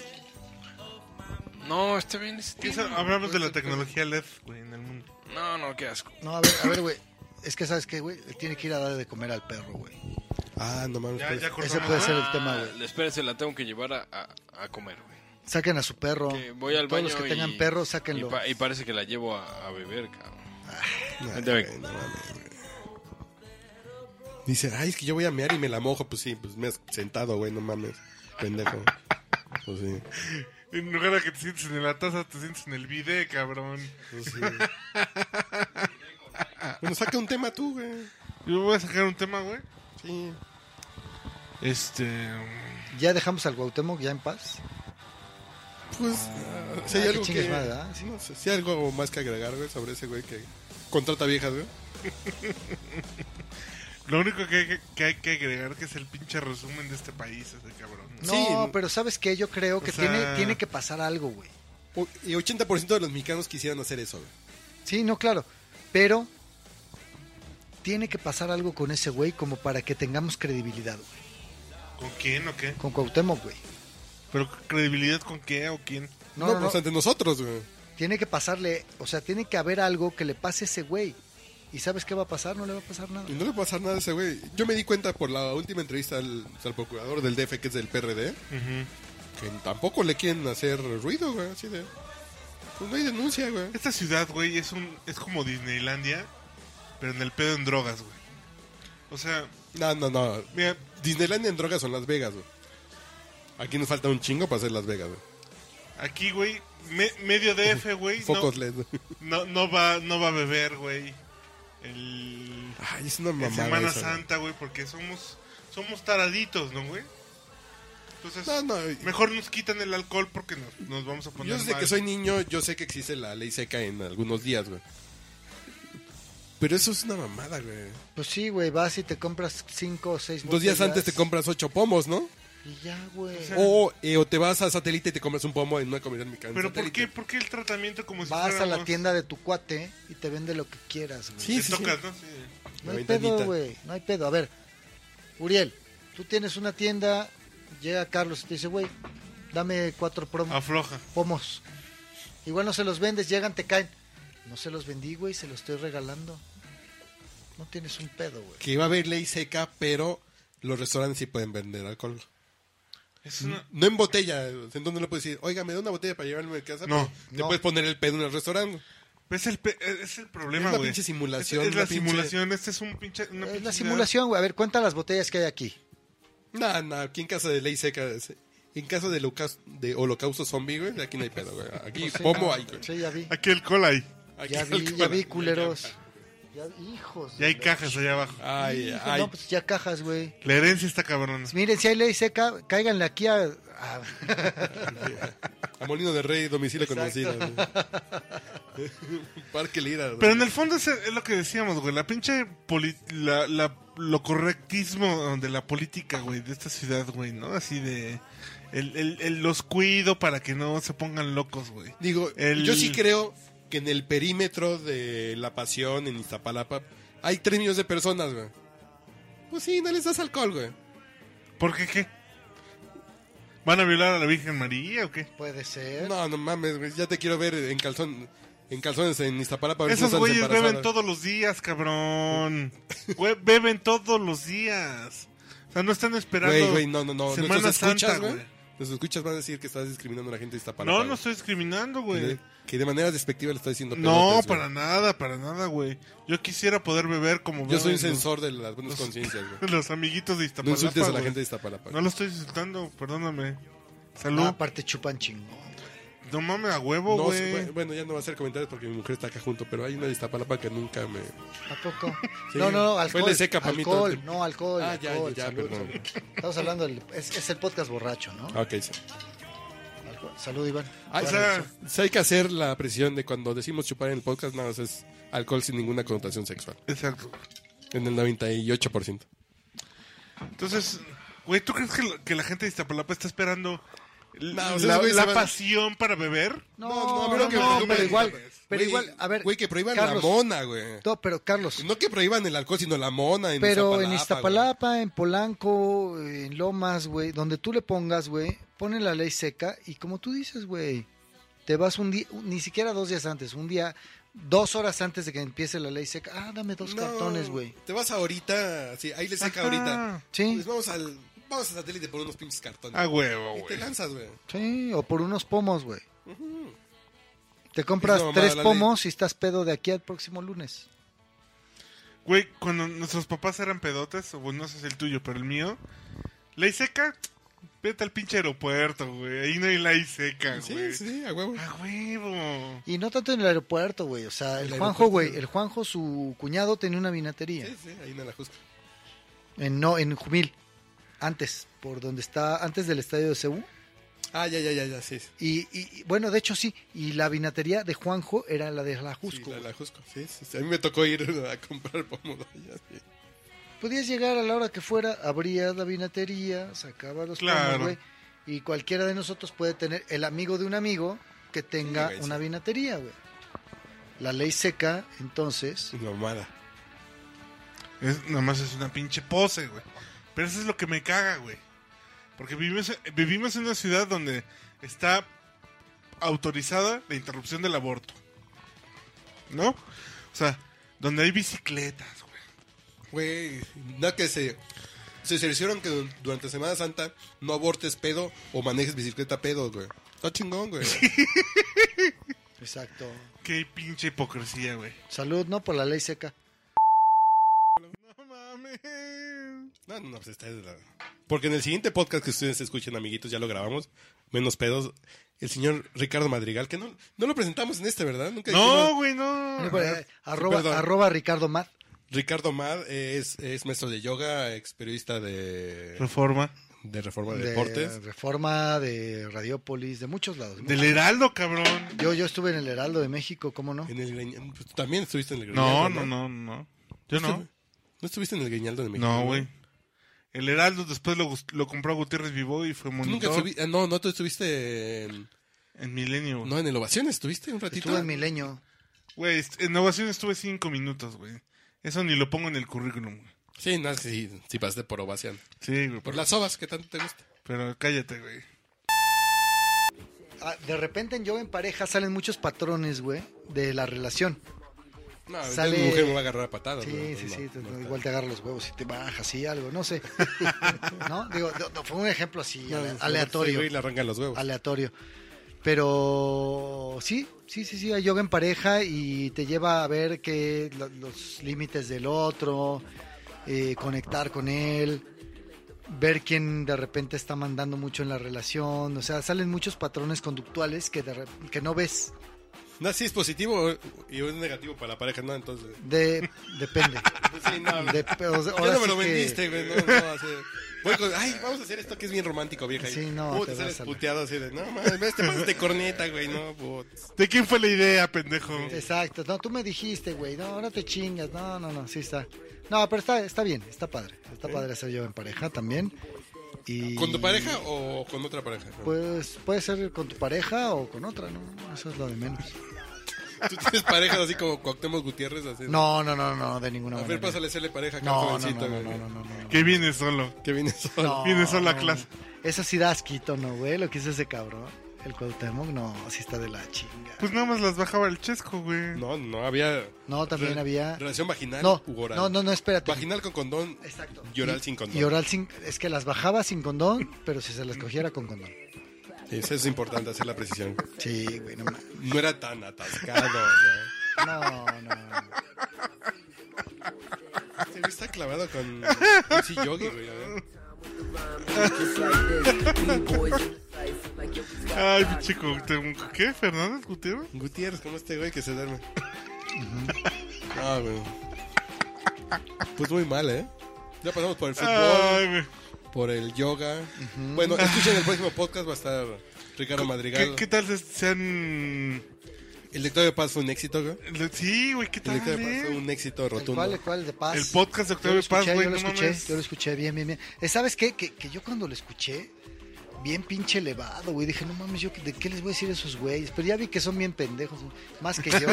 S3: No, está bien. este
S4: ¿Qué es-
S3: tema,
S4: hablamos
S3: güey,
S4: de la
S3: este
S4: tecnología LED, güey, en el mundo.
S3: pedo. No, no, qué asco.
S2: No, a ver, a ver, güey. Es que, ¿sabes qué, güey? Él Tiene que ir a dar de comer al perro, güey.
S1: Ah, no mames.
S4: Ya,
S1: pues.
S4: ya
S2: Ese
S4: cortamos.
S2: puede ser el tema, güey.
S3: Ah, espera, se la tengo que llevar a, a- a comer, güey.
S2: Saquen a su perro.
S3: Que voy al
S2: Todos
S3: baño
S2: los que
S3: y-
S2: tengan perro,
S3: Y,
S2: sáquenlo.
S3: pa- y parece que la llevo a, a beber, cabrón.
S1: Ay,
S3: Vente, ven.
S1: güey, no mames, güey. Dice, ay, es que yo voy a mear y me la mojo. Pues sí, pues me has sentado, güey, no mames. Pendejo. Pues sí,
S4: En lugar de que te sientes en la taza, te sientes en el vide, cabrón.
S1: pues sí. Bueno, saca un tema tú, güey.
S4: Yo voy a sacar un tema, güey.
S1: Sí.
S4: Este...
S2: Ya dejamos al Cuauhtémoc ya en paz.
S1: Pues, ah, si hay
S2: Ah,
S1: algo
S2: qué chingues
S1: que...
S2: madre, ¿verdad? Sí.
S1: No sé, si hay algo más que agregar, güey, sobre ese güey que contrata viejas, güey.
S4: Lo único que hay que, que hay que agregar que es el pinche resumen de este país, ese cabrón.
S2: No,
S1: Sí.
S2: pero ¿sabes qué? Yo creo que
S4: O sea-
S2: tiene, tiene que pasar algo, güey.
S1: O- Y 80% de los mexicanos quisieran hacer eso, güey.
S2: Sí, no, claro. Pero tiene que pasar algo con ese güey como para que tengamos credibilidad, güey.
S4: ¿Con quién o qué?
S2: Con Cuauhtémoc, güey.
S4: ¿Pero credibilidad con qué o quién?
S2: No,
S1: No,
S2: no,
S1: pues
S2: no.
S1: ante nosotros, güey.
S2: Tiene que pasarle, o sea, tiene que haber algo que le pase a ese güey. ¿Y sabes qué va a pasar? No le va a pasar nada.
S1: Y no le va a pasar nada a ese güey. Yo me di cuenta por la última entrevista al, al procurador del DF, que es del PRD, que tampoco le quieren hacer ruido, güey. Así de. Pues no hay denuncia, güey.
S4: Esta ciudad, güey, es un es como Disneylandia, pero en el pedo en drogas, güey. O sea,
S1: No, no, no.
S4: mira,
S1: Disneyland en drogas son Las Vegas, güey. Aquí nos falta un chingo para hacer Las Vegas, güey.
S4: aquí, güey, me-
S1: (laughs)
S4: medio DF, güey, no,
S1: Focos LED. güey. (laughs)
S4: no, no va no va a beber, güey. El
S1: Ay, es una
S4: en
S1: mamada.
S4: Semana
S1: esa, güey.
S4: Santa, güey, porque somos somos taraditos, ¿no, güey? Entonces,
S1: No, no.
S4: mejor nos quitan el alcohol porque nos, nos vamos a poner
S1: Yo desde
S4: mal.
S1: que soy niño, yo sé que existe la ley seca en algunos días, güey. Pero eso es una mamada, güey.
S2: Pues sí, güey, vas y te compras cinco o seis
S1: Dos días
S2: botellas
S1: antes te compras ocho pomos, ¿no?
S2: Y ya, güey.
S1: O, eh, o te vas a satélite y te compras un pomo en una comida en mi casa.
S4: Pero ¿por qué, ¿por qué el tratamiento como si
S2: Vas a la
S4: fuéramos-
S2: tienda de tu cuate y te vende lo que quieras, güey.
S1: Sí,
S4: Te
S1: sí, sí.
S4: tocas, ¿no? Sí.
S1: La
S2: No hay
S1: ventanita.
S2: pedo, güey. No hay pedo. A ver, Uriel, tú tienes una tienda, llega Carlos y te dice, güey, dame cuatro promos,
S4: Afloja.
S2: pomos. Igual no se los vendes, llegan, te caen. No se los vendí, güey, se los estoy regalando. No tienes un pedo, güey.
S1: Que va a haber ley seca, pero los restaurantes sí pueden vender alcohol.
S4: Es una...
S1: No en botella, en donde le puedes decir, oiga, me da una botella para llevarme a casa. Pues,
S4: No,
S1: Te
S2: no.
S1: puedes poner el pedo en el restaurante.
S4: Es el, pe- es el problema,
S1: Es la
S4: güey.
S1: pinche simulación,
S4: Es, es la
S1: la pinche-
S4: simulación. Este es un pinche. una
S2: Es la
S4: pinche ciudad.
S2: simulación, güey. A ver, cuenta las botellas que hay aquí.
S1: Nah, nah, aquí en casa de ley seca, es- en caso de, leucas- de holocausto zombie, güey, aquí no hay pedo, güey. Aquí
S2: Pues Sí,
S1: pomo
S2: no,
S1: hay, güey.
S2: Sí, ya vi.
S4: Aquí el cola hay.
S1: Aquí
S2: Ya vi,
S1: alcohol
S2: ya
S1: hay.
S2: vi, culeros. Ya, hijos.
S4: Y hay
S2: de-
S4: cajas allá abajo.
S1: Ay,
S2: Hijo,
S1: ay.
S2: No, pues ya cajas, güey.
S4: La herencia está cabrona.
S2: Miren, si hay ley seca, cáiganle aquí a... a-
S1: A Molino de Rey, domicilio
S2: Exacto.
S1: conocido. güey. (laughs) Parque Lira. güey.
S4: Pero en el fondo es, es lo que decíamos, güey. La pinche. poli- la, la- lo correctismo de la política, güey, de esta ciudad, güey, ¿no? Así de. El, el- el- los cuido para que no se pongan locos, güey.
S1: Digo,
S4: El-
S1: yo sí creo que en el perímetro de La Pasión, en Iztapalapa, hay 3 millones de personas, güey. Pues sí, no les das alcohol, güey.
S4: ¿Por qué qué? ¿Van a violar a la Virgen María o qué?
S2: Puede ser.
S1: No, no mames, güey. Ya te quiero ver en calzón, en calzones en Iztapalapa. a ver si no
S4: Esos
S1: sales
S4: güeyes
S1: embarazada.
S4: beben todos los días, cabrón. Güey, beben todos los días. O sea, no están esperando.
S1: Güey, güey, no, no, no.
S4: Semana
S1: Nuestros escuchas,
S4: Santa,
S1: güey.
S4: güey.
S1: Los escuchas van a decir que estás discriminando a la gente de Iztapalapa.
S4: No, no
S1: güey.
S4: estoy discriminando, güey.
S1: Que de manera despectiva le estás diciendo
S4: No,
S1: pelotes, güey.
S4: para nada, para nada, güey. Yo quisiera poder beber como
S1: Yo soy un
S4: beben los-
S1: censor de las buenas conciencias, (laughs) güey.
S4: (laughs) Los amiguitos de Iztapalapa.
S1: No insultes a la
S4: güey.
S1: gente de Iztapalapa.
S4: No lo estoy insultando, perdóname. Salud.
S2: Ah, aparte chupan chingón.
S4: no mames a huevo,
S1: No,
S4: güey.
S1: sí, bueno, bueno, ya no va a hacer comentarios porque mi mujer está acá junto, pero hay una de Iztapalapa que nunca me...
S2: ¿A poco?
S1: Sí.
S2: No, no, no,
S1: Fue
S2: alcohol.
S1: de seca pa' mí todo el
S2: alcohol,
S1: tiempo.
S2: no, alcohol.
S1: Ah, ya,
S2: alcohol,
S1: ya,
S2: salud,
S1: perdón.
S2: (laughs) salud. Estamos hablando, del, es, es el podcast borracho, ¿no?
S1: Ah, Ok, sí.
S2: Alcohol. Salud, Iván.
S1: Ah,
S4: o
S1: o
S4: sea,
S1: hay que hacer la precisión de cuando decimos chupar en el podcast, nada más es alcohol sin ninguna connotación sexual.
S4: exacto.
S1: En el 98%.
S4: Entonces, güey, ¿tú crees que, la- que la gente de Iztapalapa está esperando l-
S1: No, o sea,
S4: la,
S1: güey, se
S4: la
S1: van-
S4: pasión para beber?
S2: No,
S1: no,
S2: no,
S1: pero
S2: no,
S1: que-
S2: no,
S1: que-
S2: pero
S1: que-
S2: igual, pero
S1: Güey,
S2: igual, a ver.
S1: Güey, que prohíban
S2: Carlos,
S1: la mona, güey.
S2: No, pero Carlos,
S1: No que prohíban el alcohol, sino la mona en
S2: pero
S1: Iztapalapa.
S2: en Iztapalapa, en Polanco, en Lomas, güey, donde tú le pongas, güey, ponen la ley seca y como tú dices, güey, te vas un día, ni siquiera dos días antes, un día, dos horas antes de que empiece la ley seca. Ah, dame dos
S1: güey.
S2: cartones,
S1: No,
S2: güey.
S1: Te vas ahorita, sí, ahí le seca
S4: Ajá.
S1: ahorita.
S2: Sí.
S1: Pues vamos al... Vamos a satélite por unos pinches cartones.
S4: A
S1: y
S4: huevo,
S1: te
S4: Ah, güey.
S1: lanzas, güey.
S2: Sí, o por unos pomos, güey. Te compras
S1: Es una mamada
S2: tres
S1: la
S2: pomos y estás pedo de aquí al próximo lunes.
S4: Güey, cuando nuestros papás eran pedotes, o bueno, no sé si el tuyo, pero el mío, ley seca, vete al pinche aeropuerto, güey. Ahí no hay ley seca, Ah, güey. Ah,
S1: Sí, sí, a huevo.
S4: A huevo.
S2: Y no tanto en el aeropuerto, güey. O sea, el,
S1: El
S2: Juanjo,
S1: aeropuerto.
S2: güey. El Juanjo, su cuñado, tenía una vinatería.
S1: Sí, sí, ahí no la justo.
S2: En, no, en Jumil. Antes, por donde está, antes del estadio de Ceú.
S1: Ah, ya, ya, ya, ya, sí.
S2: Y, y- y, bueno, de hecho sí. Y la vinatería de Juanjo era la de la
S1: Cusco.
S2: Jusco.
S1: la,
S2: güey.
S1: la Jusco, sí, sí, sí. A mí me tocó ir a comprar pomodoro. ya, sí.
S2: Podías llegar a la hora que fuera, abrías la vinatería, sacabas los pomos,
S4: Claro.
S2: güey. Y cualquiera de nosotros puede tener el amigo de un amigo que tenga
S1: Sí, güey,
S2: una
S1: sí.
S2: vinatería, güey. La ley seca, entonces,
S1: Nomada.
S4: Es, nada más es una pinche pose, güey. Pero eso es lo que me caga, güey. Porque vivimos, vivimos en una ciudad donde está autorizada la interrupción del aborto. ¿No? O sea, donde hay bicicletas, güey.
S1: Güey, nada que se. Se cercioran que du- durante Semana Santa no abortes pedo o manejes bicicleta pedo, güey. Está chingón, güey.
S2: Exacto.
S4: Qué pinche hipocresía, güey.
S2: Salud, ¿no? Por la ley seca.
S4: No mames.
S1: No, no, no, pues está de la- Porque en el siguiente podcast que ustedes escuchen, amiguitos, ya lo grabamos, menos pedos, el señor Ricardo Madrigal, que no, no lo presentamos en este, ¿verdad? Nunca
S4: No,
S1: dijimos-
S4: güey, no.
S2: Eh, arroba,
S1: perdón.
S2: arroba Ricardo Mad.
S1: Ricardo Mad eh, es, es maestro de yoga, ex periodista de,
S4: Reforma.
S1: de Reforma de,
S2: De
S1: Deportes.
S2: Reforma, de Radiópolis, de muchos lados.
S4: Del Heraldo, cabrón.
S2: Yo, yo estuve en el Heraldo de México, ¿cómo no?
S1: En el Greña- pues, tú también estuviste en el
S4: No,
S1: Griñaldo.
S4: no, no, no. Yo no.
S1: Estuve- ¿No estuviste en el Griñaldo de México?
S4: No, güey. El Heraldo después lo, gus- lo compró Gutiérrez Vivó y fue
S1: Tú nunca
S4: monitor
S1: estuvi- ah, no, no, tú estuviste en,
S4: en Milenio. güey.
S1: no, en el Ovación, estuviste un ratito.
S2: Estuve en Milenio.
S4: Güey, est- en Innovación estuve cinco minutos, güey. Eso ni lo pongo en el currículum, güey.
S1: Sí, no, sí, sí, pasaste por Ovación.
S4: Sí, güey.
S1: Por
S4: Pero,
S1: las ovas, que tanto te gusta.
S4: pero cállate, güey.
S2: Ah, de repente en Yo en Pareja salen muchos patrones, güey, de la relación.
S1: No, entonces
S2: Sale-
S1: mi mujer me va a agarrar a patadas.
S2: Sí,
S1: güey,
S2: sí,
S1: no,
S2: sí.
S1: pues no,
S2: te-
S1: no,
S2: igual te agarra los huevos y te bajas y algo, no
S1: (laughs)
S2: sé. ¿No? Digo, no, no, fue un ejemplo así,
S1: no,
S2: ale-
S1: no,
S2: aleatorio.
S1: güey, le arrancan los huevos.
S2: aleatorio. Pero sí, sí, sí, sí, hay yoga en pareja y te lleva a ver que lo- los límites del otro, eh, conectar con él, ver quién de repente está mandando mucho en la relación, o sea, salen muchos patrones conductuales que, de re- que no ves,
S1: No, sí es positivo y es negativo para la pareja, ¿no? Entonces. pues
S2: de, (laughs) depende.
S1: Sí, no.
S2: De- pero
S1: ya
S2: ahora
S1: no me
S2: sí
S1: lo
S2: que-
S1: vendiste, güey. No, no, así. Voy con, ay, vamos a hacer esto que es bien romántico, vieja.
S2: Sí, no,
S1: Puta,
S2: te
S1: sales
S2: vas a la-
S1: puteado así de, no, mames, te pasas de corneta, güey, no, putz.
S4: ¿De quién fue la idea, pendejo?
S2: Exacto, no, tú me dijiste, güey, no, no te chingas, no, no, no, sí está. No, pero está, está bien, está padre, está padre hacer yoga en pareja también. Y...
S1: ¿Con tu pareja o con otra pareja?
S2: Pues puede ser con tu pareja o con otra, ¿no? Eso es lo de menos.
S1: ¿Tú tienes parejas así como Cuauhtémoc Gutiérrez? Así,
S2: Pues- No, no, no, no, de ninguna
S1: A ver,
S2: manera.
S1: pásale a hacerle pareja acá,
S2: No, no, no,
S1: jovencito,
S2: no, no,
S1: güey.
S2: no, no, no, no.
S4: Que viene solo.
S1: Que viene solo.
S2: No,
S4: Viene solo a
S2: no.
S4: clase.
S2: Eso sí da asquito, ¿no, güey? Lo que hizo ese cabrón. El Cuauhtémoc, no, sí está de la chinga.
S4: Pues nada más las bajaba el chesco, güey.
S1: No, no había
S2: No, también
S1: Re-
S2: había...
S1: relación vaginal
S2: No,
S1: u oral.
S2: no, no, no, espérate.
S1: Vaginal con condón
S2: Exacto.
S1: y oral sin condón.
S2: Y oral sin... Es que las bajaba sin condón, pero si se las cogiera con condón.
S1: Sí, Eso es importante, hacer la precisión.
S2: Sí, güey, no mames.
S1: No era tan atascado. ¿no?
S2: No, no, no.
S1: Se me está clavado con un sillogi, güey. a ver.
S4: Ay, pinche Cuauhtémoc. ¿Qué? ¿Fernández Gutiérrez?
S1: Gutiérrez, como este güey que se duerme. Ah, güey. Pues muy mal, ¿eh? Ya pasamos por el fútbol,
S4: Ay, güey.
S1: por el yoga. Bueno, escuchen el próximo podcast, va a estar Ricardo
S4: ¿Qué,
S1: Madrigal.
S4: qué tal se- sean...?
S1: El Doctor de Paz fue un éxito, güey.
S4: el- Sí, güey, ¿qué
S1: El
S4: tal,
S1: Doctor de Paz
S4: eh?
S1: fue un éxito
S2: ¿El
S1: rotundo.
S2: cuál, el cuál, de paz?
S4: El podcast de
S2: Yo lo
S4: Octavio
S2: escuché,
S4: Paz, güey,
S2: yo lo
S4: no
S2: escuché,
S4: mames.
S2: yo lo escuché bien, bien, bien. Eh, ¿Sabes qué? Que, que yo cuando lo escuché, bien pinche elevado, güey, dije, no mames, yo de qué les voy a decir a esos güeyes, pero ya vi que son bien pendejos, güey, más que
S4: (laughs)
S2: yo.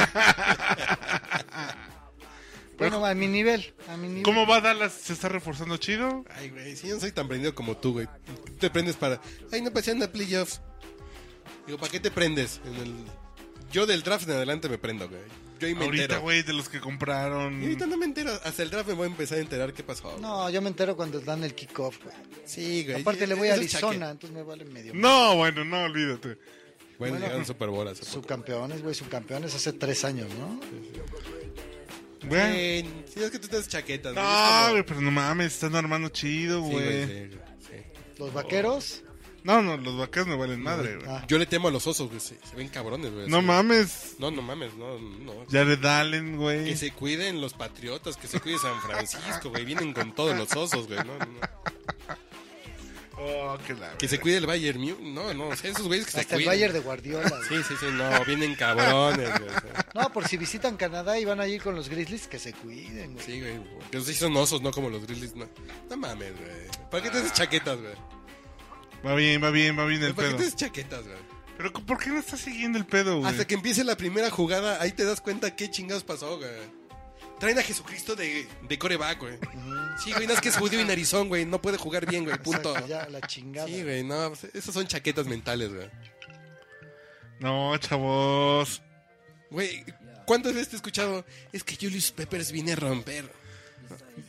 S2: bueno, a mi nivel, a mi nivel.
S4: ¿Cómo va Dallas? ¿Se está reforzando chido?
S1: Ay, güey, si yo no soy tan prendido como tú, güey. Tú Te prendes para. Ay, no pues pasé en la playoff. Digo, ¿para qué te prendes? En el... Yo del draft en adelante me prendo, güey. Yo ahí me
S4: Ahorita,
S1: entero.
S4: güey, de los que compraron.
S1: Y ahorita no me entero. Hasta el draft me voy a empezar a enterar qué pasó. güey.
S2: No, yo me entero cuando dan el kickoff, güey.
S1: Sí, güey.
S2: Aparte
S1: es-
S2: le voy
S1: es
S2: a
S1: un
S2: Arizona,
S1: chaque.
S2: entonces me vale medio.
S4: No, bueno, no, olvídate.
S1: Bueno, llegaron Super Bowl hace poco.
S2: Subcampeones, güey, subcampeones hace tres años, ¿no?
S4: Güey.
S2: Eh.
S1: Güey, sí, es que tú te das chaquetas, güey.
S4: No, güey,
S1: Es
S4: pero no mames, están armando chido,
S1: como- Sí,
S4: Ah, güey.
S1: güey, sí, güey, sí.
S2: Los vaqueros,
S4: No, no, los vacas no valen madre, güey.
S2: Ah.
S1: Yo le temo a los osos, güey. Se, se ven cabrones, güey.
S4: No
S1: así.
S4: mames.
S1: No, no mames, no, no.
S4: Ya le dalen, güey.
S1: Que se cuiden los patriotas, que se cuide San Francisco, güey. Vienen con todos los osos, güey. No, no, no.
S4: Oh, qué la...
S1: Que se cuide el Bayern Mu- No, no, o sea, esos güeyes que se
S2: hasta el
S1: cuiden.
S2: Bayern de
S4: (laughs)
S2: Guardiola, güey.
S1: Sí, sí, sí, no, vienen cabrones, güey. o sea.
S2: No, por si visitan Canadá y van a ir con los Grizzlies, que se cuiden, güey.
S1: Sí, güey. Que sí son osos, no como los Grizzlies, no. No mames, güey. ¿Para qué te haces chaquetas, güey?
S4: Va bien, va bien, va bien el
S1: ¿Para qué
S4: pedo.
S1: te haces chaquetas, güey?
S4: Pero ¿por qué no estás siguiendo el pedo, güey?
S1: Hasta que empiece la primera jugada, ahí te das cuenta qué chingados pasó, güey. Traen a Jesucristo de, de coreback, güey. Sí, güey, no es que es judío y narizón, güey. No puede jugar bien, güey, punto.
S2: Exacto, ya, la chingada.
S1: Sí, güey, no, pues, esas son chaquetas mentales, güey.
S4: No, chavos.
S1: Güey, ¿Cuántas veces te he escuchado? Es que Julius Peppers viene a romper.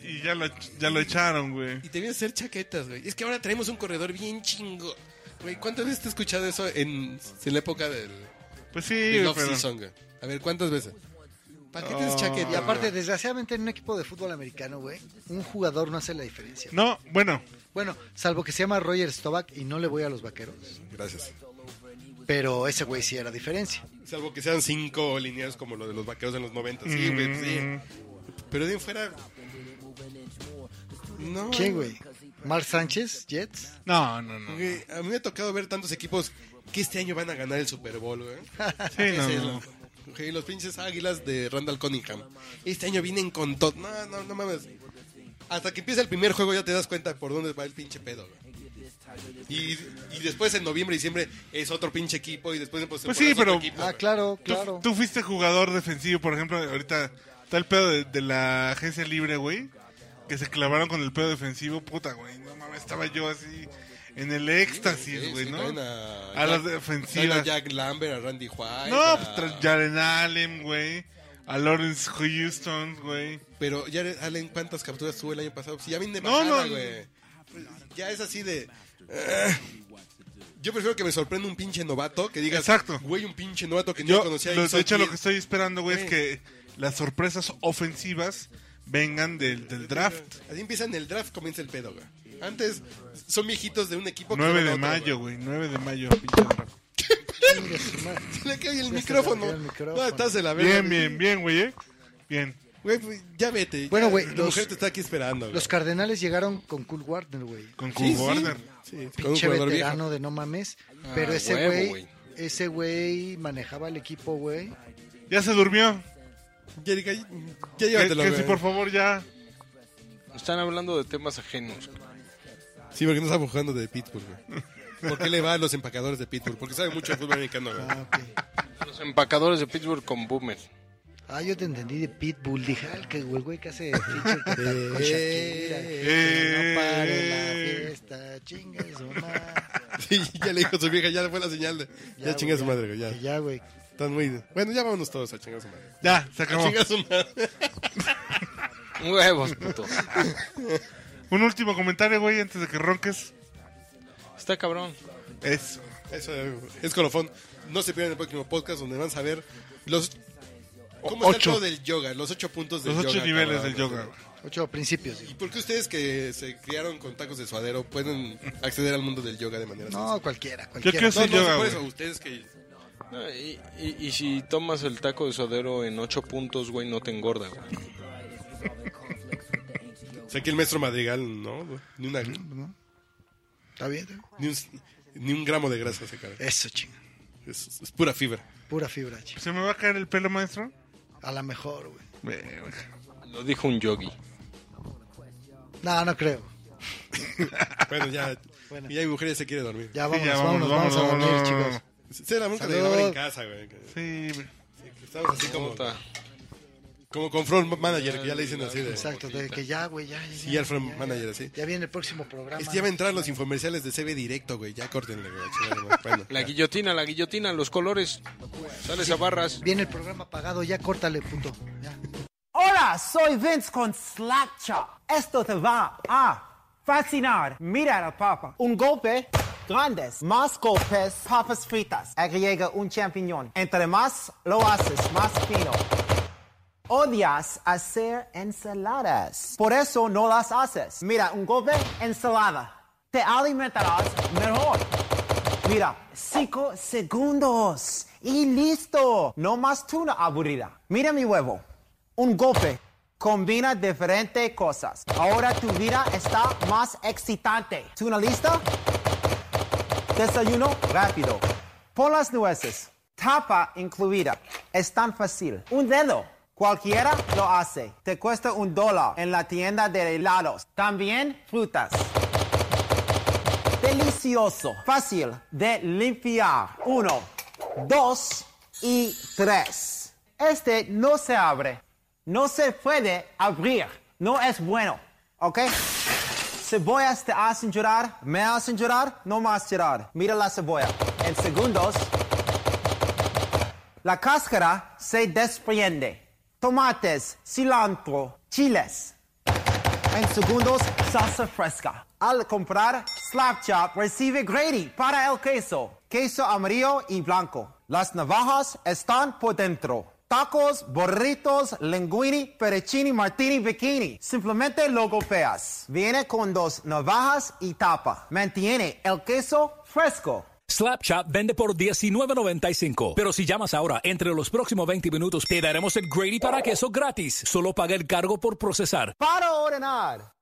S4: Y ya lo, ya lo echaron, güey.
S1: Y te vienes a hacer chaquetas, güey. Es que ahora traemos un corredor bien chingo. Güey, ¿cuántas veces te he escuchado eso en, en la época del,
S4: Pues sí,
S1: del
S4: güey, pero...
S1: off-season, güey? Ah, A ver, ¿cuántas veces? Paquetes
S4: Oh.
S1: chaquetas.
S2: Y aparte, desgraciadamente en un equipo de fútbol americano, güey, un jugador no hace la diferencia.
S4: No, bueno,
S2: Bueno, salvo que se llama Roger Staubach y no le voy a los vaqueros.
S1: Gracias.
S2: Pero ese güey sí era diferencia.
S1: Salvo que sean cinco líneas como lo de los vaqueros en los 90. Sí, güey, pues
S4: mm,
S1: sí. Pero de ahí en fuera. No.
S2: ¿Quién, güey? ¿Mark Sánchez? ¿Jets?
S4: no, no, no.
S1: Güey, A mí me ha tocado ver tantos equipos que este año van a ganar el Super Bowl,
S4: (laughs)
S1: güey.
S4: Ah,
S1: (laughs)
S4: Sí, no,
S1: Ese,
S4: no.
S1: lo- güey, los pinches águilas de Randall Cunningham. Este año vienen con todo. No, no, no mames. Hasta que empieza el primer juego ya te das cuenta por dónde va el pinche pedo, güey. Y, y después en noviembre y diciembre es otro pinche equipo y después en
S4: Pues sí,
S1: postemporada es otro
S4: pero-
S1: equipo,
S2: Ah,
S1: güey.
S2: claro,
S4: Tú,
S2: claro.
S4: tú fuiste jugador defensivo, por ejemplo, ahorita está el pedo de, de la agencia libre, güey, que se clavaron con el pedo defensivo, puta, güey, no mames, estaba yo así en el éxtasis,
S1: Sí,
S4: güey,
S1: sí,
S4: ¿no?
S1: traen
S4: No,
S1: A,
S4: A las
S1: Jack-
S4: defensivas.
S1: traen a Jack Lambert, a Randy White. a-
S4: pues, tras Jaren Allen, güey, a Lawrence Houston, güey.
S1: Pero Jared Allen, ¿cuántas capturas tuvo el año pasado? Si ya viene de
S4: No,
S1: bajada,
S4: no.
S1: güey. Pues, Ya es así de... eh. Yo prefiero que me sorprenda un pinche novato que digas,
S4: Exacto.
S1: güey, un pinche novato que
S4: Yo,
S1: no conocía. y
S4: lo-
S1: hizo
S4: de hecho, lo
S1: diez".
S4: que estoy esperando, güey, es
S1: Güey.
S4: que las sorpresas ofensivas vengan del, del draft.
S1: Así empieza en el draft, comienza el pedo, güey. Antes son viejitos de un equipo... que
S4: 9
S1: van a
S4: de
S1: otro,
S4: mayo, güey, 9 de mayo, pinche draft.
S1: (laughs) Le cae el
S2: Ya se
S1: micrófono.
S2: le cayó el micrófono.
S1: No, estás de la verga.
S4: Bien, bien, bien, güey, ¿eh? Bien.
S1: Güey, pues, ya vete.
S2: Bueno,
S1: ya,
S2: güey,
S1: La
S2: los-
S1: mujer te está aquí esperando, güey.
S2: Los Cardenales llegaron con Cool Warner, güey.
S4: Con
S1: Sí,
S4: Cool Warner.
S1: sí, sí, con un
S2: Pinche
S1: jugador viejo.
S2: veterano de no mames. Pero
S1: Ah,
S2: ese
S1: huevo,
S2: güey,
S1: güey.
S2: ese güey manejaba el equipo, güey.
S4: Ya se durmió.
S1: Ya, diga, ya llévatelo,
S4: que, que si
S1: güey.
S4: por favor ya.
S3: Están hablando de temas ajenos.
S1: Sí, porque no está buscando de Pittsburgh, güey. ¿Por qué le va a los empacadores de Pittsburgh? Porque sabe mucho de fútbol americano, güey.
S2: Ah, ok.
S3: Los empacadores de Pittsburgh con Boomer.
S2: Ah, yo te entendí de Pitbull. Dije, ah, el que el güey
S1: (laughs)
S2: que hace feature con con Shakira. Que
S4: Eh.
S2: no pare la fiesta, chinga su madre.
S1: Sí, ya le dijo a su vieja, ya le fue la señal de. Ya,
S2: güey,
S1: chinga su madre, güey, ya.
S2: Que Ya, güey.
S1: Están muy. Bueno, ya vámonos todos a chingar su madre.
S4: Ya, se
S1: A
S4: acabó.
S1: chingar su madre.
S3: Huevos, puto.
S4: Un último comentario, güey, antes de que ronques.
S3: Está cabrón.
S4: Es.
S1: Eso eh, es colofón. No se pierdan el próximo podcast donde van a ver los. ¿Cómo está
S4: Ocho.
S1: el pedo del yoga? Los ocho puntos del
S4: Los ocho
S1: yoga,
S4: niveles
S1: cabrón.
S4: del yoga. güey.
S2: Ocho principios.
S1: ¿Y
S2: digo.
S1: por qué ustedes que se criaron con tacos de suadero pueden acceder al mundo del yoga de manera sencilla?
S2: No, cualquiera,
S4: Yo
S2: cualquiera.
S4: quiero ser
S1: no, no,
S4: yoga,
S1: por
S4: güey.
S1: eso, ustedes que.
S3: No, Ah, Y, y- y si tomas el taco de sodero en 8 puntos, güey, no te engorda, güey.
S1: O sea, que el maestro Madrigal, ¿no? Ni una.
S2: Está bien. está bien.
S1: Ni un, ni un gramo de grasa se cae.
S2: Eso, chinga.
S1: Es, es pura fibra.
S2: Pura fibra, chinga.
S4: Pues ¿Se me va a caer el pelo, maestro?
S2: A lo mejor, güey.
S3: Lo dijo un yogi.
S2: No, no creo.
S1: Bueno, ya.
S2: Bueno.
S1: Y hay mujeres que se quiere dormir.
S2: Ya vámonos,
S4: ya,
S2: vámonos,
S4: vámonos,
S2: vámonos,
S4: vámonos,
S2: a dormir,
S4: vámonos,
S2: chicos.
S1: Se la bronca de
S2: Salud.
S1: grabar en casa, güey. que-
S4: Sí, güey.
S1: que Estamos así como,
S3: Puta.
S1: como con Front Manager, que ya le dicen así de.
S2: Exacto, de que ya, güey, ya. ya,
S1: Sí, al
S2: ya,
S1: Front
S2: ya,
S1: Manager, así.
S2: Ya viene el próximo programa.
S1: Es que ya va a entrar los infomerciales de CB directo, güey. Ya córtenle, güey. chingada madre. Bueno,
S3: La
S1: ya.
S3: guillotina, la guillotina, los colores. Sales a barras.
S2: Viene el programa pagado, ya córtale, puto. Ya.
S7: Hola, soy Vince con Slackcha. Esto te va a fascinar. Mira a la papa. Un golpe, grandes. Más golpes, papas fritas. Agrega un champiñón. Entre más lo haces, más fino. Odias hacer ensaladas. Por eso no las haces. Mira, un golpe, ensalada. Te alimentarás mejor. Mira, cinco segundos. Y listo. No más tuna aburrida. Mira mi huevo. Un golpe. Combina diferentes cosas. Ahora tu vida está más excitante. ¿Tuna lista? Desayuno rápido. Pon las nueces. Tapa incluida. Es tan fácil. Un dedo. Cualquiera lo hace. Te cuesta un dólar en la tienda de helados. También frutas. Delicioso. Fácil de limpiar. Uno, dos y tres. Este no se abre. No se puede abrir. No es bueno. ¿Ok? Cebollas te hacen este llorar, me hacen llorar, no más llorar. Mira la cebolla. En segundos, La cáscara se desprende. Tomates, cilantro, chiles. En segundos, salsa fresca. Al comprar, Slap Chop recibe Grady para el queso. Queso amarillo y blanco. Las navajas están por dentro. Tacos, burritos, linguini, perecini, martini, bikini. Simplemente lo golpeas. Viene con dos navajas y tapa. Mantiene el queso fresco.
S8: Slap Chop vende por $19.95. Pero si llamas ahora, entre los próximos 20 minutos, te daremos el Grady para queso gratis. Solo paga el cargo por procesar.
S7: Para ordenar,